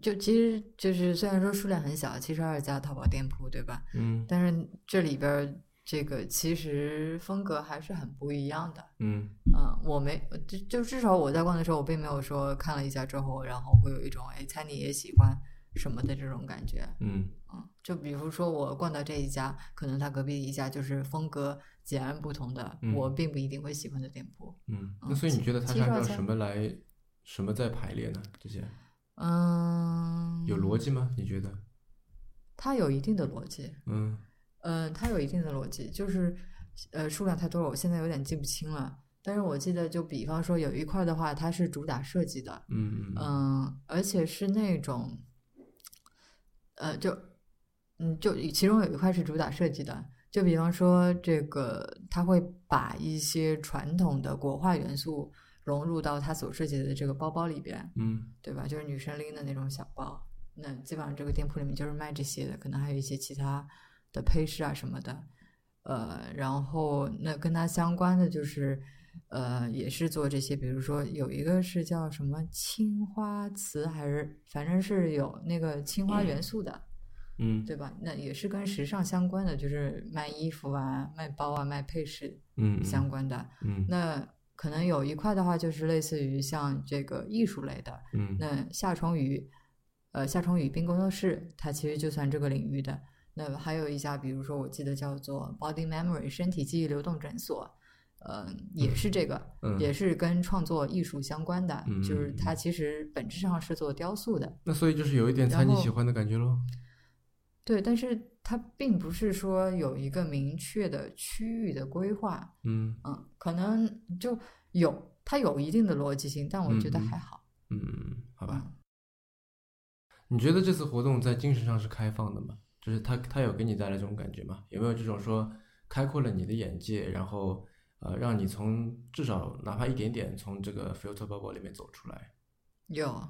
Speaker 2: 就其实就是虽然说数量很小，七十二家淘宝店铺，对吧？
Speaker 1: 嗯
Speaker 2: 但是这里边儿这个其实风格还是很不一样的。
Speaker 1: 嗯
Speaker 2: 嗯，我没就就至少我在逛的时候，我并没有说看了一下之后，然后会有一种哎猜你也喜欢什么的这种感觉。
Speaker 1: 嗯
Speaker 2: 嗯，就比如说我逛到这一家，可能它隔壁一家就是风格截然不同的，
Speaker 1: 嗯
Speaker 2: 我并不一定会喜欢的店铺。
Speaker 1: 嗯。那
Speaker 2: 嗯
Speaker 1: 所以你觉得它是按照
Speaker 2: 其实
Speaker 1: 什么来什么在排列呢？这些
Speaker 2: 嗯，
Speaker 1: 有逻辑吗？你觉得？
Speaker 2: 它有一定的逻辑，
Speaker 1: 嗯
Speaker 2: 嗯、它有一定的逻辑，就是呃数量太多了，我现在有点记不清了。但是我记得，就比方说有一块的话，它是主打设计的，
Speaker 1: 嗯嗯
Speaker 2: 嗯，而且是那种，呃，就，嗯，就其中有一块是主打设计的，就比方说这个，他会把一些传统的国画元素融入到他所设计的这个包包里边，
Speaker 1: 嗯
Speaker 2: 对吧？就是女生拎的那种小包，那基本上这个店铺里面就是卖这些的，可能还有一些其他的配饰啊什么的，呃，然后那跟它相关的就是，呃，也是做这些，比如说有一个是叫什么青花瓷，还是反正是有那个青花元素的，
Speaker 1: 嗯
Speaker 2: 对吧？那也是跟时尚相关的，就是卖衣服啊、卖包啊、卖配饰
Speaker 1: 嗯
Speaker 2: 相关的。
Speaker 1: 嗯
Speaker 2: 那可能有一块的话，就是类似于像这个艺术类的，
Speaker 1: 嗯
Speaker 2: 那夏虫语，呃，夏虫语冰工作室，它其实就算这个领域的。那还有一家，比如说我记得叫做 Body Memory 身体记忆流动诊所，呃，也是这个，
Speaker 1: 嗯
Speaker 2: 也是跟创作艺术相关的，
Speaker 1: 嗯
Speaker 2: 就是
Speaker 1: 嗯
Speaker 2: 它其实本质上是做雕塑的，
Speaker 1: 那所以就是有一点猜你
Speaker 2: 然后
Speaker 1: 喜欢的感觉喽。
Speaker 2: 对，但是它并不是说有一个明确的区域的规划，
Speaker 1: 嗯
Speaker 2: 嗯，可能就有它有一定的逻辑性，但我觉得
Speaker 1: 嗯嗯
Speaker 2: 还好，
Speaker 1: 嗯，好
Speaker 2: 好
Speaker 1: 吧。你觉得这次活动在精神上是开放的吗？就是它它有给你带来这种感觉吗？有没有这种说开阔了你的眼界，然后呃让你从至少哪怕一点点从这个 filter bubble 里面走出来？
Speaker 2: 有，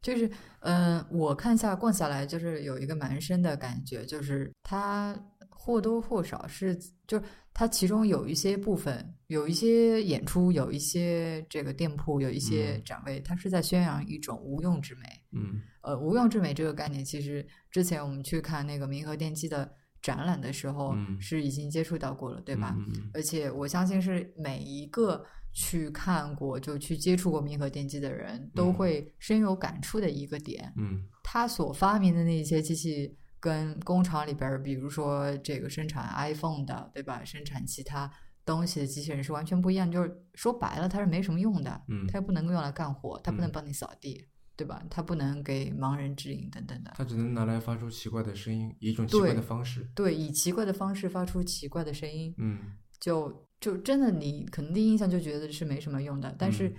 Speaker 2: 就是嗯、呃我看下逛下来，就是有一个蛮深的感觉，就是它或多或少是，就是它其中有一些部分，有一些演出，有一些这个店铺，有一些
Speaker 1: 嗯
Speaker 2: 展位，它是在宣扬一种无用之美。
Speaker 1: 嗯
Speaker 2: 呃，无用之美这个概念，其实之前我们去看那个民和电机的展览的时候，
Speaker 1: 嗯
Speaker 2: 是已经接触到过了，对吧？
Speaker 1: 嗯嗯
Speaker 2: 而且我相信是每一个去看过、就去接触过民和电机的人都
Speaker 1: 嗯
Speaker 2: 会深有感触的一个点。
Speaker 1: 嗯
Speaker 2: 他所发明的那些机器，跟工厂里边儿，比如说这个生产 iPhone 的，对吧？生产其他东西的机器人是完全不一样。就是说白了，它是没什么用的，
Speaker 1: 嗯
Speaker 2: 它，也不能用来干活，它不能
Speaker 1: 嗯
Speaker 2: 帮你扫地，对吧？它不能给盲人指引等等的。
Speaker 1: 它只能拿来发出奇怪的声音，以一种奇怪
Speaker 2: 对
Speaker 1: 的方式。
Speaker 2: 对，以奇怪的方式发出奇怪的声音，
Speaker 1: 嗯
Speaker 2: 就就真的你可能第一印象就觉得是没什么用的，但是、
Speaker 1: 嗯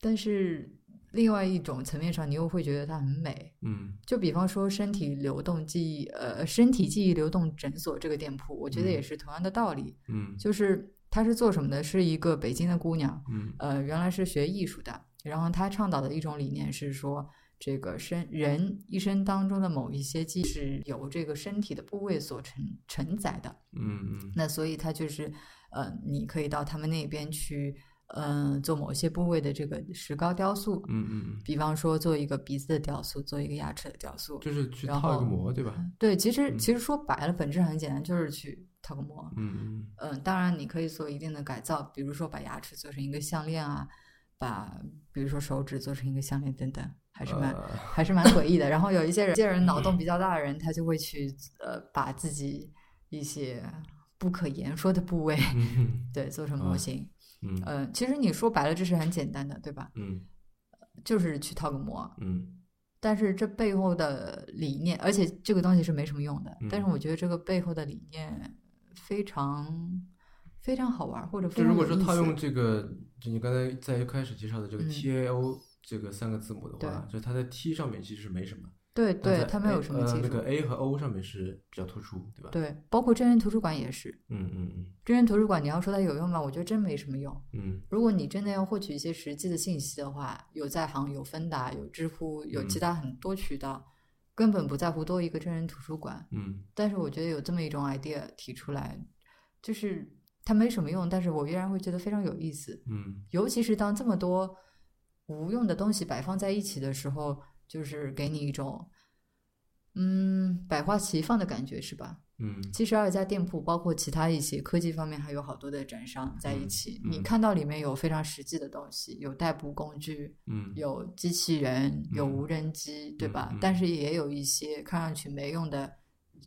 Speaker 2: 但是另外一种层面上，你又会觉得它很美。
Speaker 1: 嗯
Speaker 2: 就比方说身体流动记忆，呃，身体记忆流动诊所这个店铺，我觉得
Speaker 1: 嗯
Speaker 2: 也是同样的道理，
Speaker 1: 嗯
Speaker 2: 就是它是做什么的？是一个北京的姑娘，
Speaker 1: 嗯
Speaker 2: 呃，原来是学艺术的，然后他倡导的一种理念是说，这个身人一生当中的某一些记忆是由这个身体的部位所承承载的，
Speaker 1: 嗯
Speaker 2: 那所以他就是，呃，你可以到他们那边去，嗯、做某些部位的这个石膏雕塑
Speaker 1: 嗯，嗯，
Speaker 2: 比方说做一个鼻子的雕塑，做一个牙齿的雕塑。
Speaker 1: 就是去
Speaker 2: 然
Speaker 1: 套一个
Speaker 2: 后
Speaker 1: 膜，对吧？
Speaker 2: 对，其实
Speaker 1: 嗯
Speaker 2: 其实说白了，本质很简单，就是去套个膜。
Speaker 1: 嗯
Speaker 2: 嗯，当然你可以做一定的改造，比如说把牙齿做成一个项链啊，把比如说手指做成一个项链等等，还
Speaker 1: 嗯，
Speaker 2: 是蛮、
Speaker 1: 呃嗯
Speaker 2: 还是蛮诡异的。然后有一些人，有些人脑洞比较大的人，他就会去呃把自己一些不可言说的部位
Speaker 1: 嗯
Speaker 2: 对做成
Speaker 1: 啊
Speaker 2: 模型。
Speaker 1: 嗯
Speaker 2: 嗯、其实你说白了，这是很简单的，对吧？
Speaker 1: 嗯
Speaker 2: 就是去套个膜，
Speaker 1: 嗯
Speaker 2: 但是这背后的理念，而且这个东西是没什么用的，
Speaker 1: 嗯
Speaker 2: 但是我觉得这个背后的理念非常非常好玩，或者
Speaker 1: 就
Speaker 2: 非常
Speaker 1: 如果
Speaker 2: 有
Speaker 1: 说
Speaker 2: 意
Speaker 1: 套
Speaker 2: 思
Speaker 1: 用这个，就你刚才在一开始介绍的这个
Speaker 2: 嗯
Speaker 1: T A O、这个三个字母的话，
Speaker 2: 对
Speaker 1: 就是它在 T 上面其实没什么，
Speaker 2: 对
Speaker 1: 但
Speaker 2: 对
Speaker 1: 在，
Speaker 2: 它没
Speaker 1: A-
Speaker 2: 有什么技
Speaker 1: 呃、
Speaker 2: 术，
Speaker 1: 那个 A 和 O 上面是比较突出，对吧？，
Speaker 2: 对，包括真人图书馆也是，
Speaker 1: 嗯嗯
Speaker 2: 真人图书馆你要说它有用吗？我觉得真没什么用。
Speaker 1: 嗯
Speaker 2: 如果你真的要获取一些实际的信息的话，有在行、有芬达、有知乎、有其
Speaker 1: 嗯
Speaker 2: 他很多渠道，根本不在乎多一个真人图书馆。
Speaker 1: 嗯嗯
Speaker 2: 但是我觉得有这么一种 idea 提出来，就是它没什么用，但是我依然会觉得非常有意思。
Speaker 1: 嗯
Speaker 2: 尤其是当这么多无用的东西摆放在一起的时候，就是给你一种嗯百花齐放的感觉，是吧？
Speaker 1: 嗯
Speaker 2: 七十二家店铺，包括其他一些科技方面，还有好多的展商在一起。
Speaker 1: 嗯嗯
Speaker 2: 你看到里面有非常实际的东西，有代步工具，
Speaker 1: 嗯
Speaker 2: 有机器人，有
Speaker 1: 嗯
Speaker 2: 无人机，对吧？
Speaker 1: 嗯嗯
Speaker 2: 但是也有一些看上去没用的，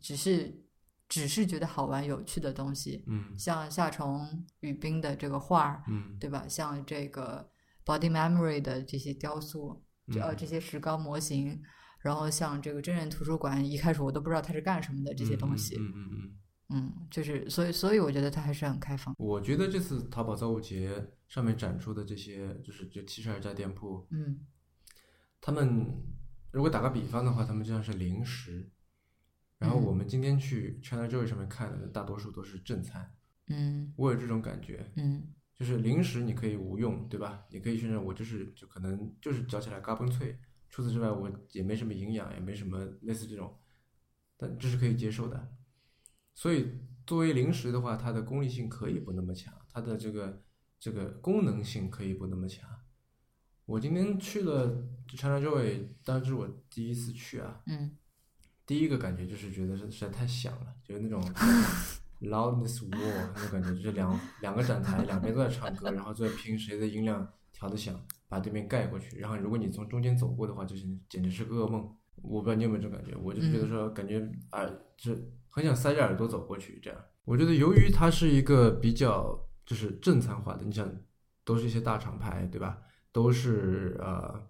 Speaker 2: 只是只是觉得好玩有趣的东西，
Speaker 1: 嗯
Speaker 2: 像夏虫语冰的这个画儿，
Speaker 1: 嗯，
Speaker 2: 对吧？像这个 Body Memory 的这些雕塑，这呃
Speaker 1: 嗯
Speaker 2: 这些石膏模型，然后像这个真人图书馆，一开始我都不知道它是干什么的这些东西，
Speaker 1: 嗯嗯嗯嗯嗯
Speaker 2: 嗯，就是所以所以我觉得它还是很开放，
Speaker 1: 我觉得这次淘宝造物节上面展出的这些，就是这七十二家店铺，
Speaker 2: 嗯
Speaker 1: 他们如果打个比方的话，他们就像是零食。然后
Speaker 2: 嗯
Speaker 1: 我们今天去 China Joy 上面看的，大多数都是正餐。
Speaker 2: 嗯
Speaker 1: 我有这种感觉，
Speaker 2: 嗯
Speaker 1: 就是零食你可以无用，对吧？你可以宣传我就是就可能就是嚼起来嘎嘣脆，除此之外我也没什么营养，也没什么类似这种，但这是可以接受的。所以作为零食的话，它的功利性可以不那么强，它的这个这个功能性可以不那么强。我今天去了 China Joy，当然这是我第一次去啊，
Speaker 2: 嗯
Speaker 1: 第一个感觉就是觉得是实在太响了，就是那种 loudness war 那种感觉，就是两两个展台两边都在唱歌，然后就在拼谁的音量调得响，把对面盖过去。然后如果你从中间走过的话，就是简直是个噩梦。我不知道你有没有这种感觉，我就觉得说感觉耳就是很想塞着耳朵走过去这样。我觉得由于它是一个比较就是正餐化的，你想都是一些大厂牌对吧？都是呃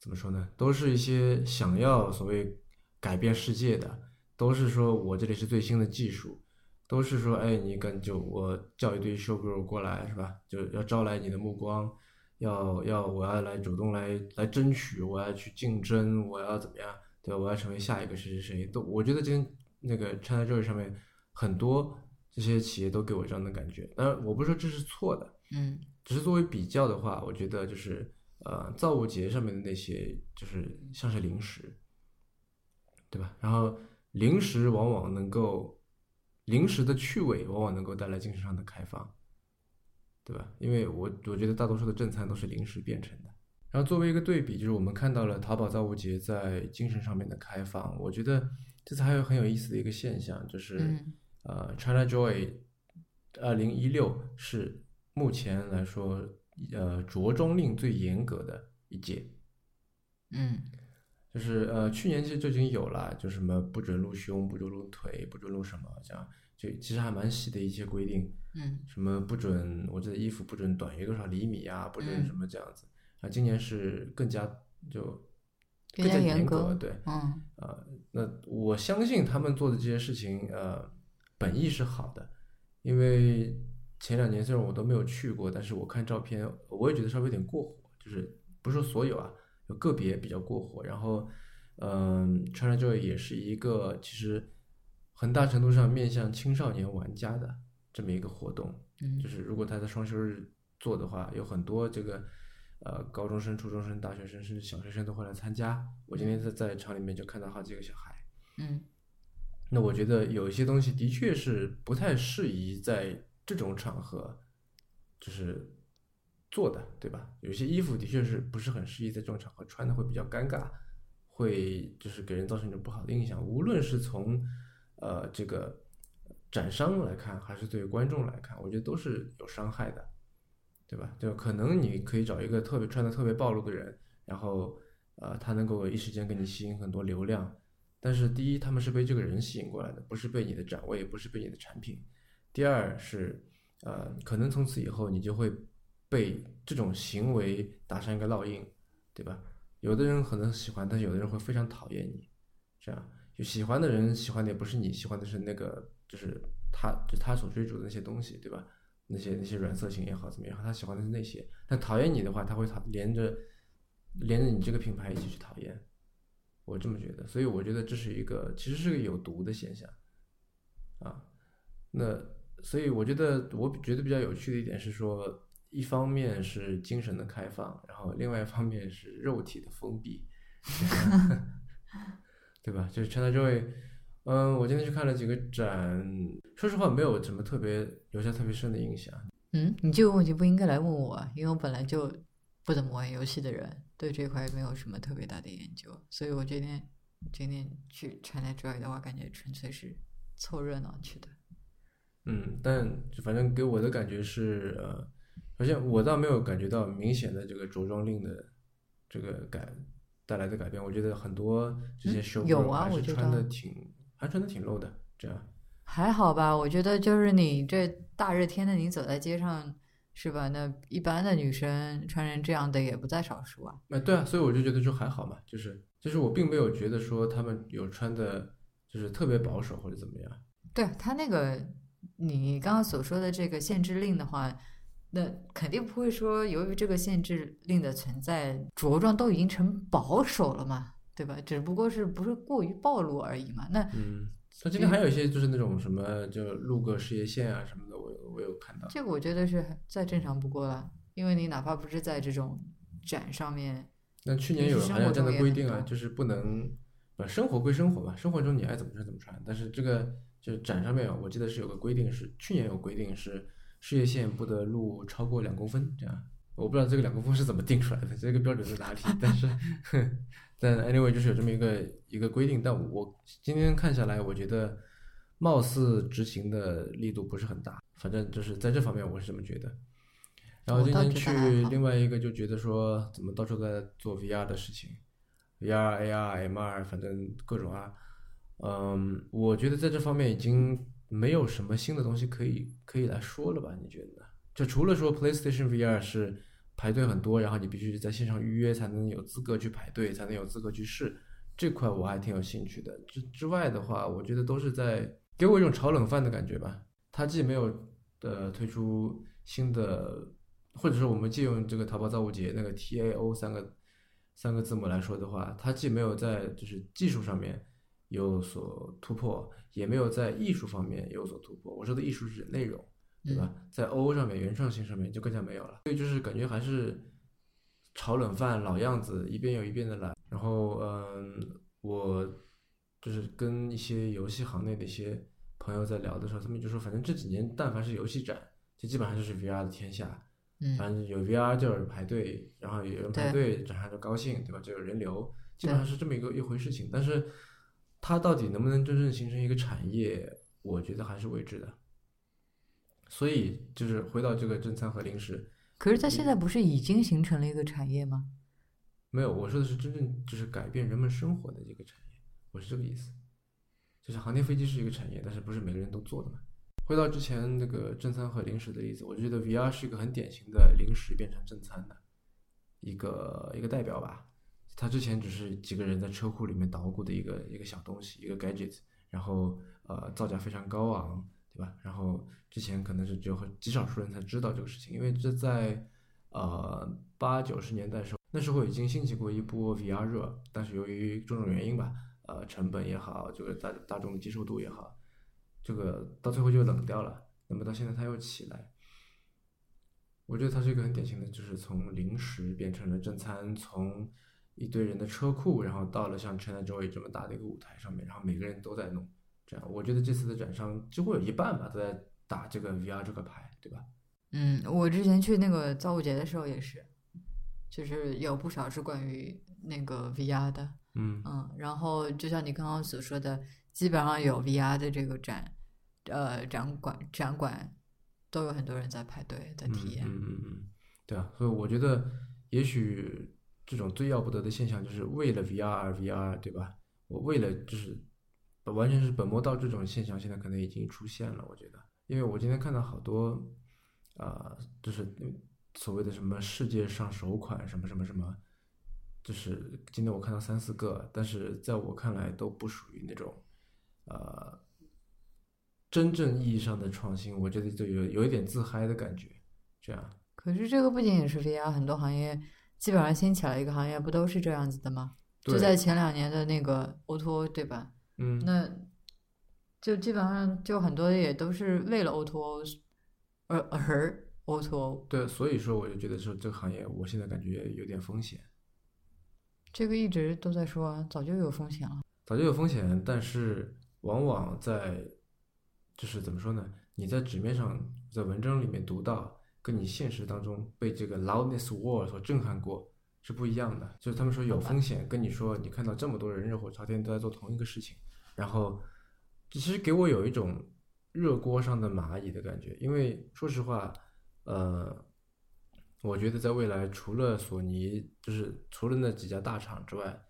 Speaker 1: 怎么说呢？都是一些想要所谓改变世界的，都是说我这里是最新的技术，都是说哎，你跟就我叫一堆 showgirl 过来是吧？就要招来你的目光，要要我要来主动来来争取，我要去竞争，我要怎么样？对吧，我要成为下一个谁谁谁都，我觉得今天那个 China Joy 上面很多这些企业都给我这样的感觉，当然我不是说这是错的，
Speaker 2: 嗯
Speaker 1: 只是作为比较的话，我觉得就是呃，造物节上面的那些就是像是零食，对吧？然后零食往往能够，零食的趣味往往能够带来精神上的开放，对吧？因为我我觉得大多数的正餐都是零食变成的。然后作为一个对比，就是我们看到了淘宝造物节在精神上面的开放，我觉得这次还有很有意思的一个现象，就是、
Speaker 2: 嗯
Speaker 1: 呃，China Joy 二零一六是目前来说呃着装令最严格的一届，
Speaker 2: 嗯
Speaker 1: 就是呃去年其实就已经有了，就什么不准露胸、不准露腿、不准露什么这样，就其实还蛮细的一些规定，
Speaker 2: 嗯
Speaker 1: 什么不准我这衣服不准短于多少厘米啊，不准
Speaker 2: 嗯
Speaker 1: 什么这样子。啊，今年是更加就
Speaker 2: 更加
Speaker 1: 加
Speaker 2: 严
Speaker 1: 严
Speaker 2: 格
Speaker 1: 对，
Speaker 2: 嗯
Speaker 1: 呃，那我相信他们做的这些事情，呃，本意是好的，因为前两年虽然我都没有去过，但是我看照片，我也觉得稍微有点过火，就是不是说所有啊，有个别比较过火。然后，嗯、c h i n a Joy 也是一个其实很大程度上面向青少年玩家的这么一个活动，
Speaker 2: 嗯
Speaker 1: 就是如果他在双休日做的话，有很多这个呃高中生、初中生、大学生甚至小学生都会来参加。我今天在在厂里面就看到好几个小孩。
Speaker 2: 嗯
Speaker 1: 那我觉得有一些东西的确是不太适宜在这种场合，就是做的，对吧？有一些衣服的确是不是很适宜在这种场合穿的，会比较尴尬，会就是给人造成一种不好的印象。无论是从呃这个展商来看，还是对于观众来看，我觉得都是有伤害的，对吧？就可能你可以找一个特别穿的特别暴露的人，然后呃他能够一时间给你吸引很多流量，但是第一，他们是被这个人吸引过来的，不是被你的展位，不是被你的产品。第二是，呃，可能从此以后你就会被这种行为打上一个烙印，对吧？有的人可能喜欢，但是有的人会非常讨厌你。这样，就喜欢的人喜欢的也不是你，喜欢的是那个，就是他，就他所追逐的那些东西，对吧？那些那些软色情也好，怎么样，他喜欢的是那些。但讨厌你的话，他会讨连着连着你这个品牌一起去讨厌。我这么觉得，所以我觉得这是一个其实是个有毒的现象，啊，那所以我觉得我比觉得比较有趣的一点是说，一方面是精神的开放，然后另外一方面是肉体的封闭， 对吧？就是 China Joy，嗯，我今天去看了几个展，说实话没有什么特别留下特别深的印象，
Speaker 2: 嗯，你这个问题不应该来问我啊，因为我本来就不怎么玩游戏的人，对这块没有什么特别大的研究，所以我这天这天去 China Joy 的话，感觉纯粹是凑热闹去的。
Speaker 1: 嗯，但反正给我的感觉是，呃，好像我倒没有感觉到明显的这个着装令的这个改带来的改变。我觉得很多这些
Speaker 2: 嗯
Speaker 1: show
Speaker 2: 有
Speaker 1: girl
Speaker 2: 啊
Speaker 1: 还是
Speaker 2: 我觉
Speaker 1: 穿的
Speaker 2: 得
Speaker 1: 挺，还穿的挺露的，这样。
Speaker 2: 还好吧，我觉得就是你这大热天的，你走在街上是吧？那一般的女生穿成这样的也不在少数啊。
Speaker 1: 哎，对啊，所以我就觉得就还好嘛，就是就是我并没有觉得说他们有穿的，就是特别保守或者怎么样。
Speaker 2: 对啊他那个你刚刚所说的这个限制令的话，那肯定不会说由于这个限制令的存在，着装都已经成保守了嘛，对吧？只不过是不是过于暴露而已嘛。那
Speaker 1: 嗯，那今天还有一些就是那种什么就路过事业线啊什么的，我有我有看到。
Speaker 2: 这个我觉得是很再正常不过了，因为你哪怕不是在这种展上面，
Speaker 1: 那去年
Speaker 2: 平
Speaker 1: 有
Speaker 2: 时
Speaker 1: 好
Speaker 2: 生
Speaker 1: 像
Speaker 2: 活
Speaker 1: 这样
Speaker 2: 中
Speaker 1: 的
Speaker 2: 也
Speaker 1: 规
Speaker 2: 很
Speaker 1: 定啊，
Speaker 2: 多
Speaker 1: 就是不能，呃，生活归生活嘛，生活中你爱怎么穿怎么穿，但是这个就是展上面，啊我记得是有个规定是，去年有规定是事业线不得露超过两公分这样，我不知道这个两公分是怎么定出来的，这个标准在哪里，但是，但 anyway 就是有这么一个一个规定，但我今天看下来，我觉得貌似执行的力度不是很大，反正就是在这方面我是这么觉得。然后
Speaker 2: 我
Speaker 1: 今
Speaker 2: 倒
Speaker 1: 天
Speaker 2: 觉
Speaker 1: 去
Speaker 2: 得还好
Speaker 1: 另外一个就觉得说，怎么到处都在做 VR 的事情，VR、AR、MR，反正各种啊。嗯，我觉得在这方面已经没有什么新的东西可以可以来说了吧？你觉得呢？就除了说 PlayStation VR 是排队很多，然后你必须在线上预约才能有资格去排队，才能有资格去试，这块我还挺有兴趣的。之之外的话，我觉得都是在给我一种炒冷饭的感觉吧。它既没有呃推出新的，或者说我们借用这个淘宝造物节那个 TAO 三个三个字母来说的话，它既没有在就是技术上面有所突破，也没有在艺术方面有所突破。我说的艺术是指内容，对吧？在 O 上面原创性上面就更加没有了，所以就是感觉还是炒冷饭老样子，一遍又一遍的来。然后嗯，我就是跟一些游戏行内的一些朋友在聊的时候，他们就说，反正这几年但凡是游戏展，就基本上就是 VR 的天下。
Speaker 2: 嗯
Speaker 1: 反正有 VR 就有人排队，然后有人排队，展上就高兴，对吧？就有人流，基本上是这么一个一回事情。但是它到底能不能真正形成一个产业，我觉得还是未知的。所以就是回到这个正餐和零食，
Speaker 2: 可是它现在不是已经形成了一个产业吗？
Speaker 1: 没有我说的是真正就是改变人们生活的这个产业，我是这个意思。就是航天飞机是一个产业，但是不是每个人都做的嘛。回到之前那个正餐和零食的例子，我就觉得 VR 是一个很典型的零食变成正餐的一个一个代表吧。它之前只是几个人在车库里面捣鼓的一个一个小东西，一个 gadget，然后呃造价非常高昂，对吧？然后之前可能是只有很极少数人才知道这个事情，因为这在呃八九十年代的时候，那时候已经兴起过一波 VR 热，但是由于种种原因吧，呃成本也好，这个大大众的接受度也好，这个到最后就冷掉了。那么到现在它又起来，我觉得它是一个很典型的，就是从零食变成了正餐，从一堆人的车库，然后到了像 China Joy 这么大的一个舞台上面，然后每个人都在弄。这样，我觉得这次的展商几乎有一半吧都在打这个 VR 这个牌，对吧？
Speaker 2: 嗯，我之前去那个造物节的时候也是，就是有不少是关于那个 VR 的，
Speaker 1: 嗯
Speaker 2: 嗯，然后就像你刚刚所说的，基本上
Speaker 1: 嗯
Speaker 2: 有 VR 的这个展，呃，展馆展馆都有很多人在排队在体验。
Speaker 1: 嗯嗯嗯嗯，对啊，所以我觉得也许这种最要不得的现象，就是为了 VR 而 VR，对吧？我为了就是完全是本末倒置这种现象，现在可能已经出现了。我觉得，因为我今天看到好多，呃，就是所谓的什么世界上首款什么什么什么，就是今天我看到三四个，但是在我看来都不属于那种，呃。真正意义上的创新，我觉得就有有一点自嗨的感觉，这样。
Speaker 2: 可是这个不仅仅是 VR，很多行业基本上兴起来一个行业，不都是这样子的吗？就
Speaker 1: 对
Speaker 2: 在前两年的那个 O2O，对吧？
Speaker 1: 嗯，
Speaker 2: 那就基本上就很多也都是为了 O2O 而而 O2O，
Speaker 1: 对，所以说我就觉得说这个行业，我现在感觉有点风险，
Speaker 2: 这个一直都在说啊，早就有风险了。
Speaker 1: 早就有风险，但是往往在就是怎么说呢？你在纸面上，在文章里面读到，跟你现实当中被这个 loudness war 所震撼过是不一样的。就是他们说有风险，跟你说你看到这么多人热火朝天都在做同一个事情，然后其实给我有一种热锅上的蚂蚁的感觉。因为说实话，呃，我觉得在未来除了索尼，就是除了那几家大厂之外，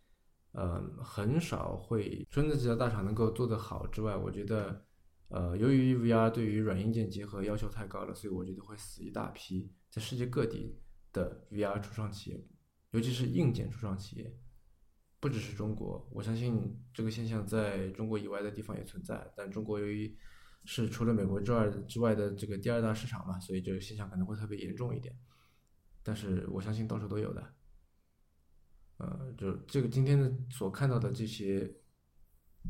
Speaker 1: 呃，很少会除了那几家大厂能够做得好之外，我觉得。呃，由于 VR 对于软硬件结合要求太高了，所以我觉得会死一大批在世界各地的 VR 初创企业，尤其是硬件初创企业，不只是中国。我相信这个现象在中国以外的地方也存在，但中国由于是除了美国之外之外的这个第二大市场嘛，所以这个现象可能会特别严重一点。但是我相信到处都有的。呃，就这个今天的所看到的这些。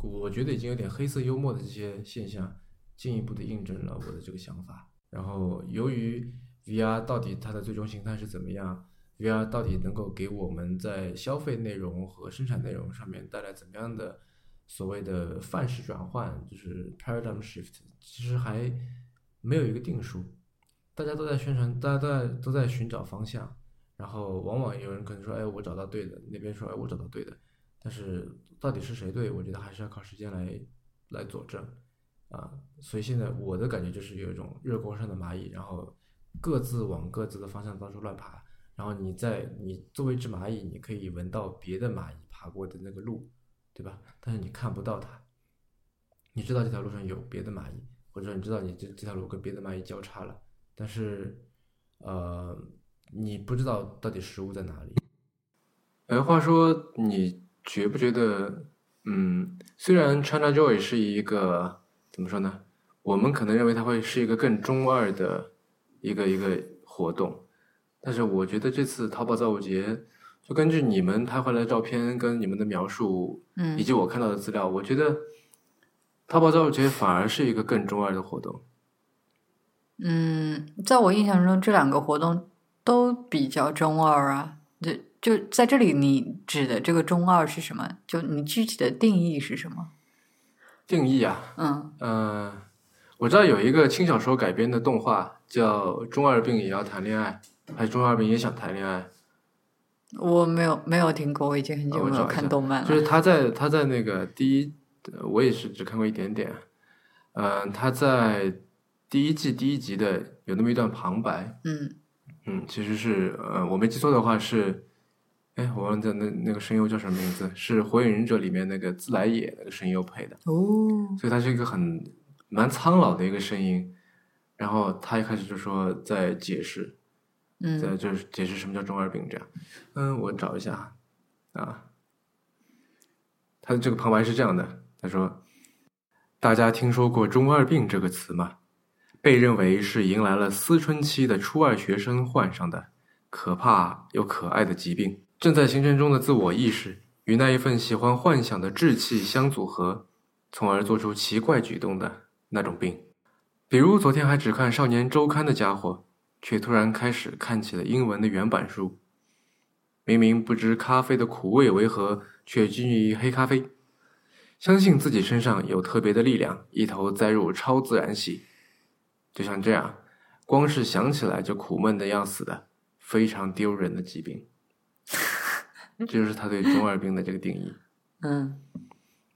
Speaker 1: 我觉得已经有点黑色幽默的这些现象，进一步的印证了我的这个想法。然后，由于 VR 到底它的最终形态是怎么样，VR 到底能够给我们在消费内容和生产内容上面带来怎么样的所谓的范式转换，就是 paradigm shift，其实还没有一个定数。大家都在宣传，大家都在都在寻找方向，然后往往有人可能说：“哎，我找到对的。”那边说：“哎，我找到对的。”但是到底是谁对，我觉得还是要靠时间来来佐证啊。所以现在我的感觉就是有一种热锅上的蚂蚁，然后各自往各自的方向到处乱爬。然后你在你作为一只蚂蚁，你可以闻到别的蚂蚁爬过的那个路，对吧？但是你看不到它。你知道这条路上有别的蚂蚁，或者你知道你这这条路跟别的蚂蚁交叉了，但是呃，你不知道到底食物在哪里。哎，话说你。觉不觉得，嗯，虽然 ChinaJoy 是一个怎么说呢？我们可能认为它会是一个更中二的一个一个活动，但是我觉得这次淘宝造物节，就根据你们拍回来的照片跟你们的描述，
Speaker 2: 嗯
Speaker 1: 以及我看到的资料，我觉得淘宝造物节反而是一个更中二的活动。
Speaker 2: 嗯，在我印象中，这两个活动都比较中二啊。就就在这里，你指的这个中二是什么？就你具体的定义是什么？
Speaker 1: 定义啊，
Speaker 2: 嗯
Speaker 1: 呃，我知道有一个轻小说改编的动画叫《中二病也要谈恋爱》，还是《中二病也想谈恋爱》。
Speaker 2: 我没有没有听过，我已经很
Speaker 1: 啊我
Speaker 2: 久没
Speaker 1: 找
Speaker 2: 有
Speaker 1: 一
Speaker 2: 看
Speaker 1: 下
Speaker 2: 动漫了。
Speaker 1: 就是他在他在那个第一，呃我也是只看过一点点，嗯、他在第一季第一集的有那么一段旁白，
Speaker 2: 嗯
Speaker 1: 嗯，其实是呃我没记错的话是，哎我忘记那那个声优叫什么名字，是《火影忍者》里面那个自来也那个声优配的，
Speaker 2: 哦
Speaker 1: 所以他是一个很蛮苍老的一个声音，然后他一开始就说在解释，
Speaker 2: 嗯
Speaker 1: 对，就是解释什么叫中二病这样。嗯，我找一下啊啊，他的这个旁白是这样的，他说：“大家听说过‘中二病’这个词吗？被认为是迎来了思春期的初二学生患上的可怕又可爱的疾病，正在形成中的自我意识与那一份喜欢幻想的志气相组合，从而做出奇怪举动的那种病。比如昨天还只看《少年周刊》的家伙，却突然开始看起了英文的原版书。明明不知咖啡的苦味为何，却拘泥于黑咖啡。相信自己身上有特别的力量，一头栽入超自然系。就像这样，光是想起来就苦闷的要死的，非常丢人的疾病。这就是他对中二病的这个定义。
Speaker 2: 嗯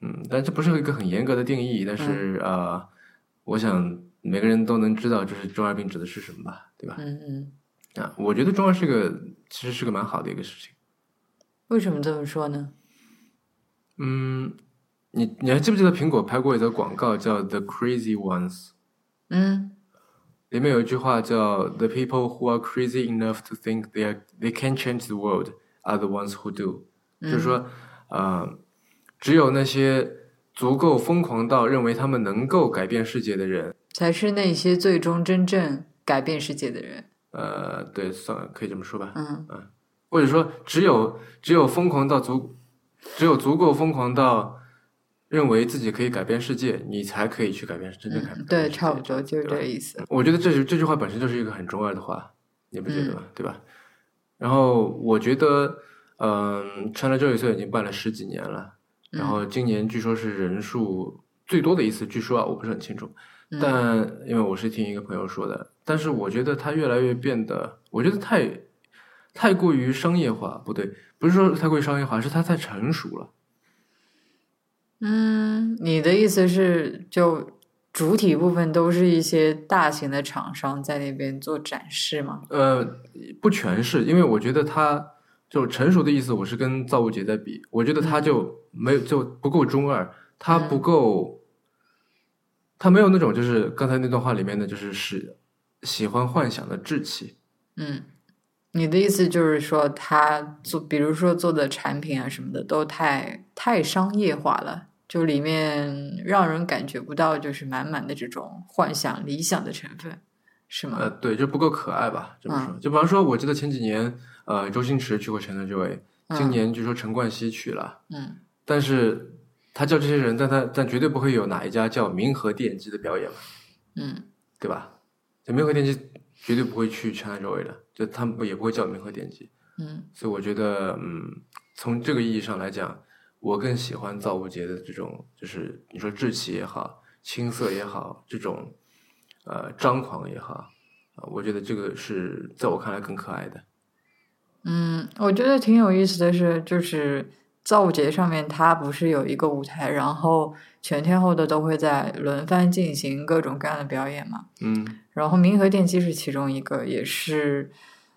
Speaker 1: 嗯，但这不是一个很严格的定义，但是、呃，我想每个人都能知道，就是中二病指的是什么吧，对吧？
Speaker 2: 嗯嗯，
Speaker 1: 啊，我觉得中二是个其实是个蛮好的一个事情。
Speaker 2: 为什么这么说呢？
Speaker 1: 嗯，你你还记不记得苹果拍过一则广告叫《The Crazy Ones》？
Speaker 2: 嗯
Speaker 1: 里面有一句话叫 "The people who are crazy enough to think they are, they can change the world are the ones who do"，、就是说，呃，只有那些足够疯狂到认为他们能够改变世界的人，
Speaker 2: 才是那些最终真正改变世界的人。
Speaker 1: 呃，对，算了，可以这么说吧，
Speaker 2: 嗯
Speaker 1: 或者说，只有只有疯狂到足，只有足够疯狂到认为自己可以改变世界，你才可以去改变真正改变世界、
Speaker 2: 嗯，对，差不多就是
Speaker 1: 对吧
Speaker 2: 这个意思。
Speaker 1: 我觉得这句这句话本身就是一个很中二的话，你不觉得吗？
Speaker 2: 嗯
Speaker 1: 对吧？然后我觉得，嗯、c h i n a Joy 虽然已经办了十几
Speaker 2: 嗯
Speaker 1: 年了，然后今年据说是人数最多的一次，据说啊，我不是很清楚，
Speaker 2: 嗯
Speaker 1: 但因为我是听一个朋友说的，但是我觉得它越来越变得，我觉得太太过于商业化，不对，不是说太过于商业化，是它太成熟了。
Speaker 2: 嗯，你的意思是，就主体部分都是一些大型的厂商在那边做展示吗？
Speaker 1: 呃，不全是，因为我觉得它就成熟的意思，我是跟造物姐在比，我觉得它就没有就不够中二，它不够，它没有那种就是刚才那段话里面的就是是喜欢幻想的志气。
Speaker 2: 嗯，你的意思就是说，他做，比如说做的产品啊什么的，都太太商业化了，就里面让人感觉不到就是满满的这种幻想、理想的成分，是吗？
Speaker 1: 呃，对，就不够可爱吧？这么说，就比方说，我记得前几年，呃，周星驰去过《成了这位》，今
Speaker 2: 嗯
Speaker 1: 年据说陈冠希去了，
Speaker 2: 嗯
Speaker 1: 但是他叫这些人，但他但绝对不会有哪一家叫明和电机的表演嘛，
Speaker 2: 嗯
Speaker 1: 对吧？就明和电机绝对不会去《成了这位》的，就他们也不会叫明和电机，
Speaker 2: 嗯
Speaker 1: 所以我觉得，嗯，从这个意义上来讲，我更喜欢造物节的这种，就是你说志气也好，青涩也好，这种呃张狂也好，啊、我觉得这个是在我看来更可爱的。
Speaker 2: 嗯，我觉得挺有意思的是，就是造物节上面它不是有一个舞台，然后全天候的都会在轮番进行各种各样的表演嘛。
Speaker 1: 嗯
Speaker 2: 然后民和电机是其中一个，也是，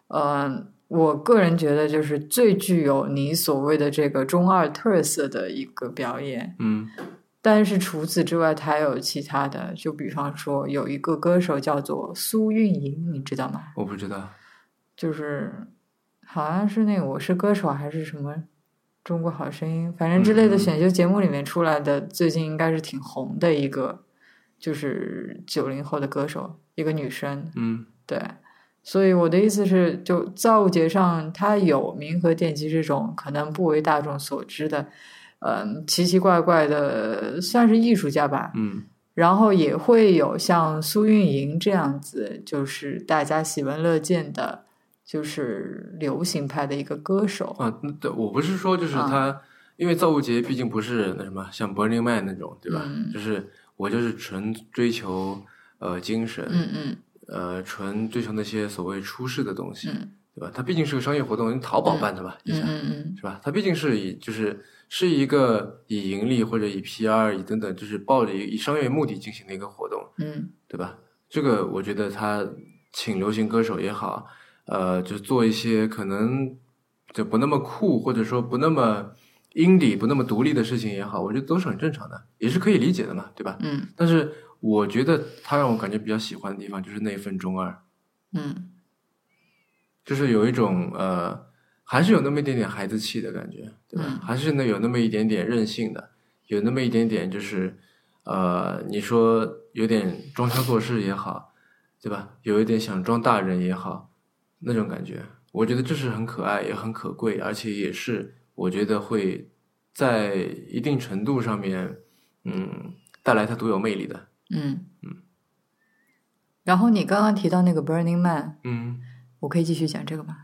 Speaker 2: 呃，我个人觉得就是最具有你所谓的这个中二特色的一个表演。
Speaker 1: 嗯
Speaker 2: 但是除此之外，它还有其他的，就比方说有一个歌手叫做苏运莹，你知道吗？
Speaker 1: 我不知道，
Speaker 2: 就是好像是那个《我是歌手》还是什么《中国好声音》，反正之类的
Speaker 1: 嗯
Speaker 2: 选秀节目里面出来的，最近应该是挺红的一个，就是九零后的歌手，一个女生。
Speaker 1: 嗯
Speaker 2: 对，所以我的意思是，就造物节上，它有民和电机这种可能不为大众所知的，嗯，奇奇怪怪的，算是艺术家吧。
Speaker 1: 嗯
Speaker 2: 然后也会有像苏运莹这样子，就是大家喜闻乐见的，就是流行派的一个歌手。
Speaker 1: 啊，那对我不是说就是
Speaker 2: 啊
Speaker 1: 他，因为造物节毕竟不是那什么像 Burning Man 那种，对吧？
Speaker 2: 嗯
Speaker 1: 就是我就是纯追求呃精神，
Speaker 2: 嗯嗯
Speaker 1: 呃，纯追求那些所谓出世的东西，
Speaker 2: 嗯
Speaker 1: 对吧？它毕竟是个商业活动，淘宝办的吧，一
Speaker 2: 嗯
Speaker 1: 下
Speaker 2: 嗯嗯，
Speaker 1: 是吧？它毕竟是以就是是一个以盈利或者以 PR 以等等，就是抱着以商业目的进行的一个活动，
Speaker 2: 嗯
Speaker 1: 对吧？这个我觉得他请流行歌手也好，呃，就做一些可能就不那么酷，或者说不那么 indie、不那么独立的事情也好，我觉得都是很正常的，也是可以理解的嘛，对吧？
Speaker 2: 嗯
Speaker 1: 但是我觉得他让我感觉比较喜欢的地方就是那份中二，
Speaker 2: 嗯
Speaker 1: 就是有一种呃，还是有那么一点点孩子气的感觉，对吧？
Speaker 2: 嗯
Speaker 1: 还是呢有那么一点点任性的，有那么一点点就是呃，你说有点装腔作势也好，对吧？有一点想装大人也好，那种感觉，我觉得这是很可爱，也很可贵，而且也是我觉得会在一定程度上面，嗯，带来它独有魅力的，
Speaker 2: 嗯嗯。然后你刚刚提到那个 Burning Man，
Speaker 1: 嗯，
Speaker 2: 我可以继续讲这个吗？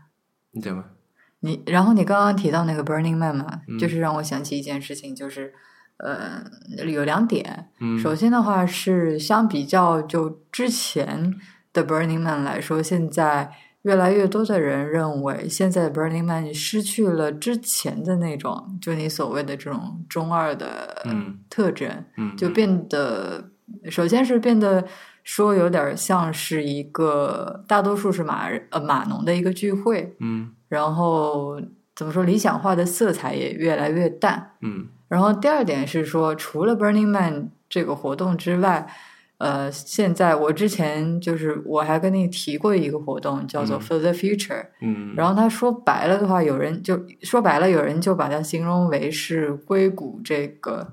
Speaker 1: 你讲吧，
Speaker 2: 你然后你刚刚提到那个 Burning Man 嘛，
Speaker 1: 嗯
Speaker 2: 就是让我想起一件事情，就是呃有两点。
Speaker 1: 嗯，
Speaker 2: 首先的话是相比较就之前的 Burning Man 来说，现在越来越多的人认为现在的 Burning Man 失去了之前的那种就你所谓的这种中二的
Speaker 1: 嗯
Speaker 2: 特征，
Speaker 1: 嗯，
Speaker 2: 就变得，首先是变得说有点像是一个大多数是马人呃码农的一个聚会，
Speaker 1: 嗯
Speaker 2: 然后怎么说理想化的色彩也越来越淡。
Speaker 1: 嗯
Speaker 2: 然后第二点是说，除了 Burning Man 这个活动之外，呃，现在我之前就是我还跟你提过一个活动，叫做
Speaker 1: 嗯
Speaker 2: For the Future。
Speaker 1: 嗯，
Speaker 2: 然后他说白了的话，有人就说白了，有人就把它形容为是硅谷这个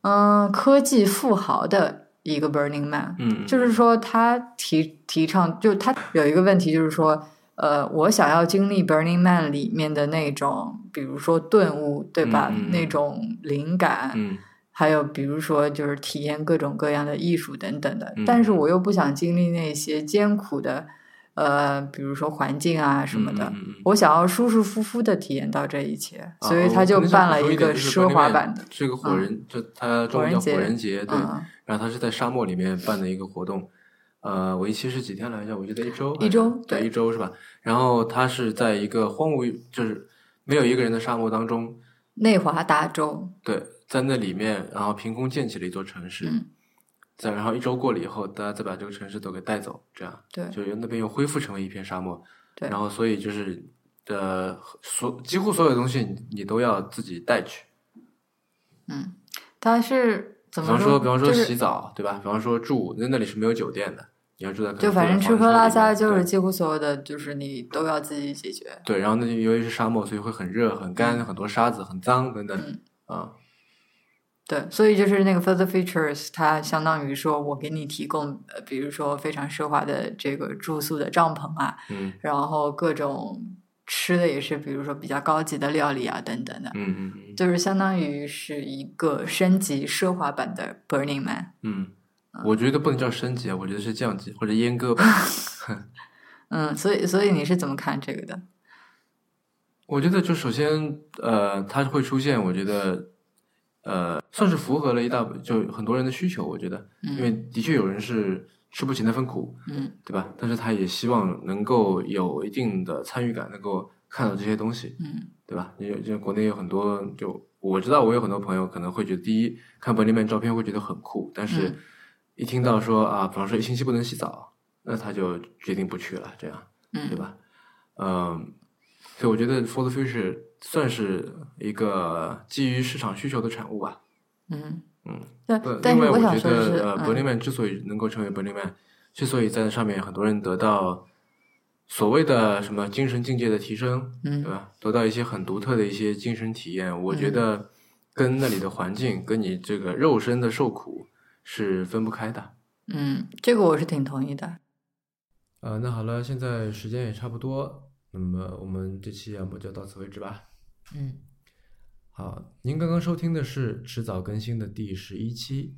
Speaker 2: 嗯、科技富豪的一个 Burning Man。
Speaker 1: 嗯，
Speaker 2: 就是说他提提倡，就他有一个问题，就是说，呃，我想要经历《Burning Man》里面的那种，比如说顿悟，对吧？
Speaker 1: 嗯嗯嗯
Speaker 2: 那种灵感，
Speaker 1: 嗯。
Speaker 2: 还有比如说就是体验各种各样的艺术等等的
Speaker 1: 嗯。
Speaker 2: 但是我又不想经历那些艰苦的。呃，比如说环境啊什么的。
Speaker 1: 嗯嗯嗯
Speaker 2: 我想要舒舒服服的体验到这一切，
Speaker 1: 啊
Speaker 2: 所以他就
Speaker 1: 我们
Speaker 2: 办了
Speaker 1: 想说
Speaker 2: 一
Speaker 1: 点
Speaker 2: 个
Speaker 1: 就是
Speaker 2: 奢
Speaker 1: 关于
Speaker 2: 华版的。啊
Speaker 1: 这个火人，就它中文叫
Speaker 2: 火人节
Speaker 1: 火人节，对。
Speaker 2: 嗯，
Speaker 1: 然后它是在沙漠里面办的一个活动，呃，为期是几天来着？我记得一周还是，
Speaker 2: 一周
Speaker 1: 对，
Speaker 2: 对
Speaker 1: 一周是吧？然后它是在一个荒芜，就是没有一个人的沙漠当中，
Speaker 2: 内华达州，
Speaker 1: 对，在那里面，然后凭空建起了一座城市，
Speaker 2: 嗯
Speaker 1: 再然后一周过了以后，大家再把这个城市都给带走，这样
Speaker 2: 对
Speaker 1: 就那边又恢复成为一片沙漠，
Speaker 2: 对
Speaker 1: 然后所以就是呃，所几乎所有东西你你都要自己带去，
Speaker 2: 嗯，他是怎
Speaker 1: 比
Speaker 2: 么
Speaker 1: 方说，比方说
Speaker 2: 就
Speaker 1: 洗
Speaker 2: 是
Speaker 1: 澡，对吧？比方说住，那那里是没有酒店的，你要住在可能
Speaker 2: 就反正
Speaker 1: 住在
Speaker 2: 吃喝
Speaker 1: 房
Speaker 2: 拉
Speaker 1: 子里面
Speaker 2: 撒就是
Speaker 1: 对
Speaker 2: 几乎所有的，就是你都要自己解决。
Speaker 1: 对，然后那就由于是沙漠，所以会很热、很干、很多沙子、很脏等等
Speaker 2: 嗯
Speaker 1: 啊、
Speaker 2: 对，所以就是那个 further features，它相当于说我给你提供，呃，比如说非常奢华的这个住宿的帐篷啊，
Speaker 1: 嗯，
Speaker 2: 然后各种吃的也是，比如说比较高级的料理啊等等的
Speaker 1: 嗯，嗯嗯
Speaker 2: 就是相当于是一个升级奢华版的 Burning Man。
Speaker 1: 嗯嗯，我觉得不能叫升级啊，我觉得是降级或者阉 割吧。
Speaker 2: 嗯，所以所以你是怎么看这个的？
Speaker 1: 我觉得就首先呃，它会出现，我觉得呃，算是符合了一大就很多人的需求，我觉得，因为
Speaker 2: 嗯
Speaker 1: 的确有人是吃不起那份苦，
Speaker 2: 嗯
Speaker 1: 对吧？但是他也希望能够有一定的参与感，能够看到这些东西，
Speaker 2: 嗯
Speaker 1: 对吧？因为就国内有很多，就我知道我有很多朋友可能会觉得，第一看本地面照片会觉得很酷，但是
Speaker 2: 嗯
Speaker 1: 一听到说啊，比方说一星期不能洗澡，那他就决定不去了，这样
Speaker 2: 嗯，
Speaker 1: 对？吧？嗯，所以我觉得 For the Future 算是一个基于市场需求的产物吧。
Speaker 2: 嗯
Speaker 1: 嗯，
Speaker 2: 对
Speaker 1: 呃，
Speaker 2: 但
Speaker 1: 另
Speaker 2: 是
Speaker 1: 外，我
Speaker 2: 想
Speaker 1: 觉
Speaker 2: 说的是，
Speaker 1: 得呃
Speaker 2: 嗯
Speaker 1: ，Burning Man 之所以能够成为 Burning Man，之所以在上面很多人得到所谓的什么精神境界的提升，对
Speaker 2: 嗯
Speaker 1: 吧？得到一些很独特的一些精神体验，我觉
Speaker 2: 嗯
Speaker 1: 得跟那里的环境，跟你这个肉身的受苦是分不开的。
Speaker 2: 嗯，这个我是挺同意的。
Speaker 1: 呃，那好了，现在时间也差不多，那么我们这期节目就到此为止吧。
Speaker 2: 嗯，
Speaker 1: 好，您刚刚收听的是迟早更新的第十一期，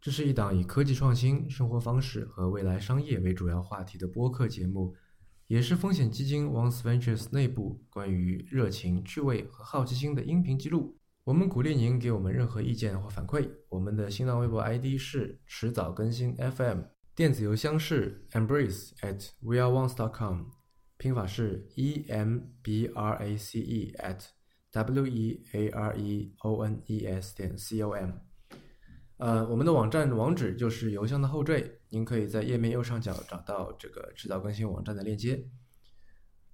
Speaker 1: 这是一档以科技创新、生活方式和未来商业为主要话题的播客节目，也是风险基金 Once Ventures 内部关于热情、趣味和好奇心的音频记录。我们鼓励您给我们任何意见或反馈。我们的新浪微博 ID 是迟早更新 FM，电子邮箱是 embrace at weareones.com，拼法是 e m b r a c e at w e a r e o n e s 点 c o m。呃，我们的网站网址就是邮箱的后缀，您可以在页面右上角找到这个迟早更新网站的链接。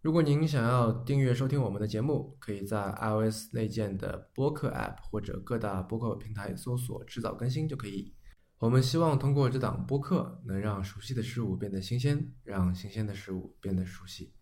Speaker 1: 如果您想要订阅收听我们的节目，可以在 iOS 内建的播客 App 或者各大播客平台搜索“迟早更新”就可以。我们希望通过这档播客，能让熟悉的事物变得新鲜，让新鲜的事物变得熟悉。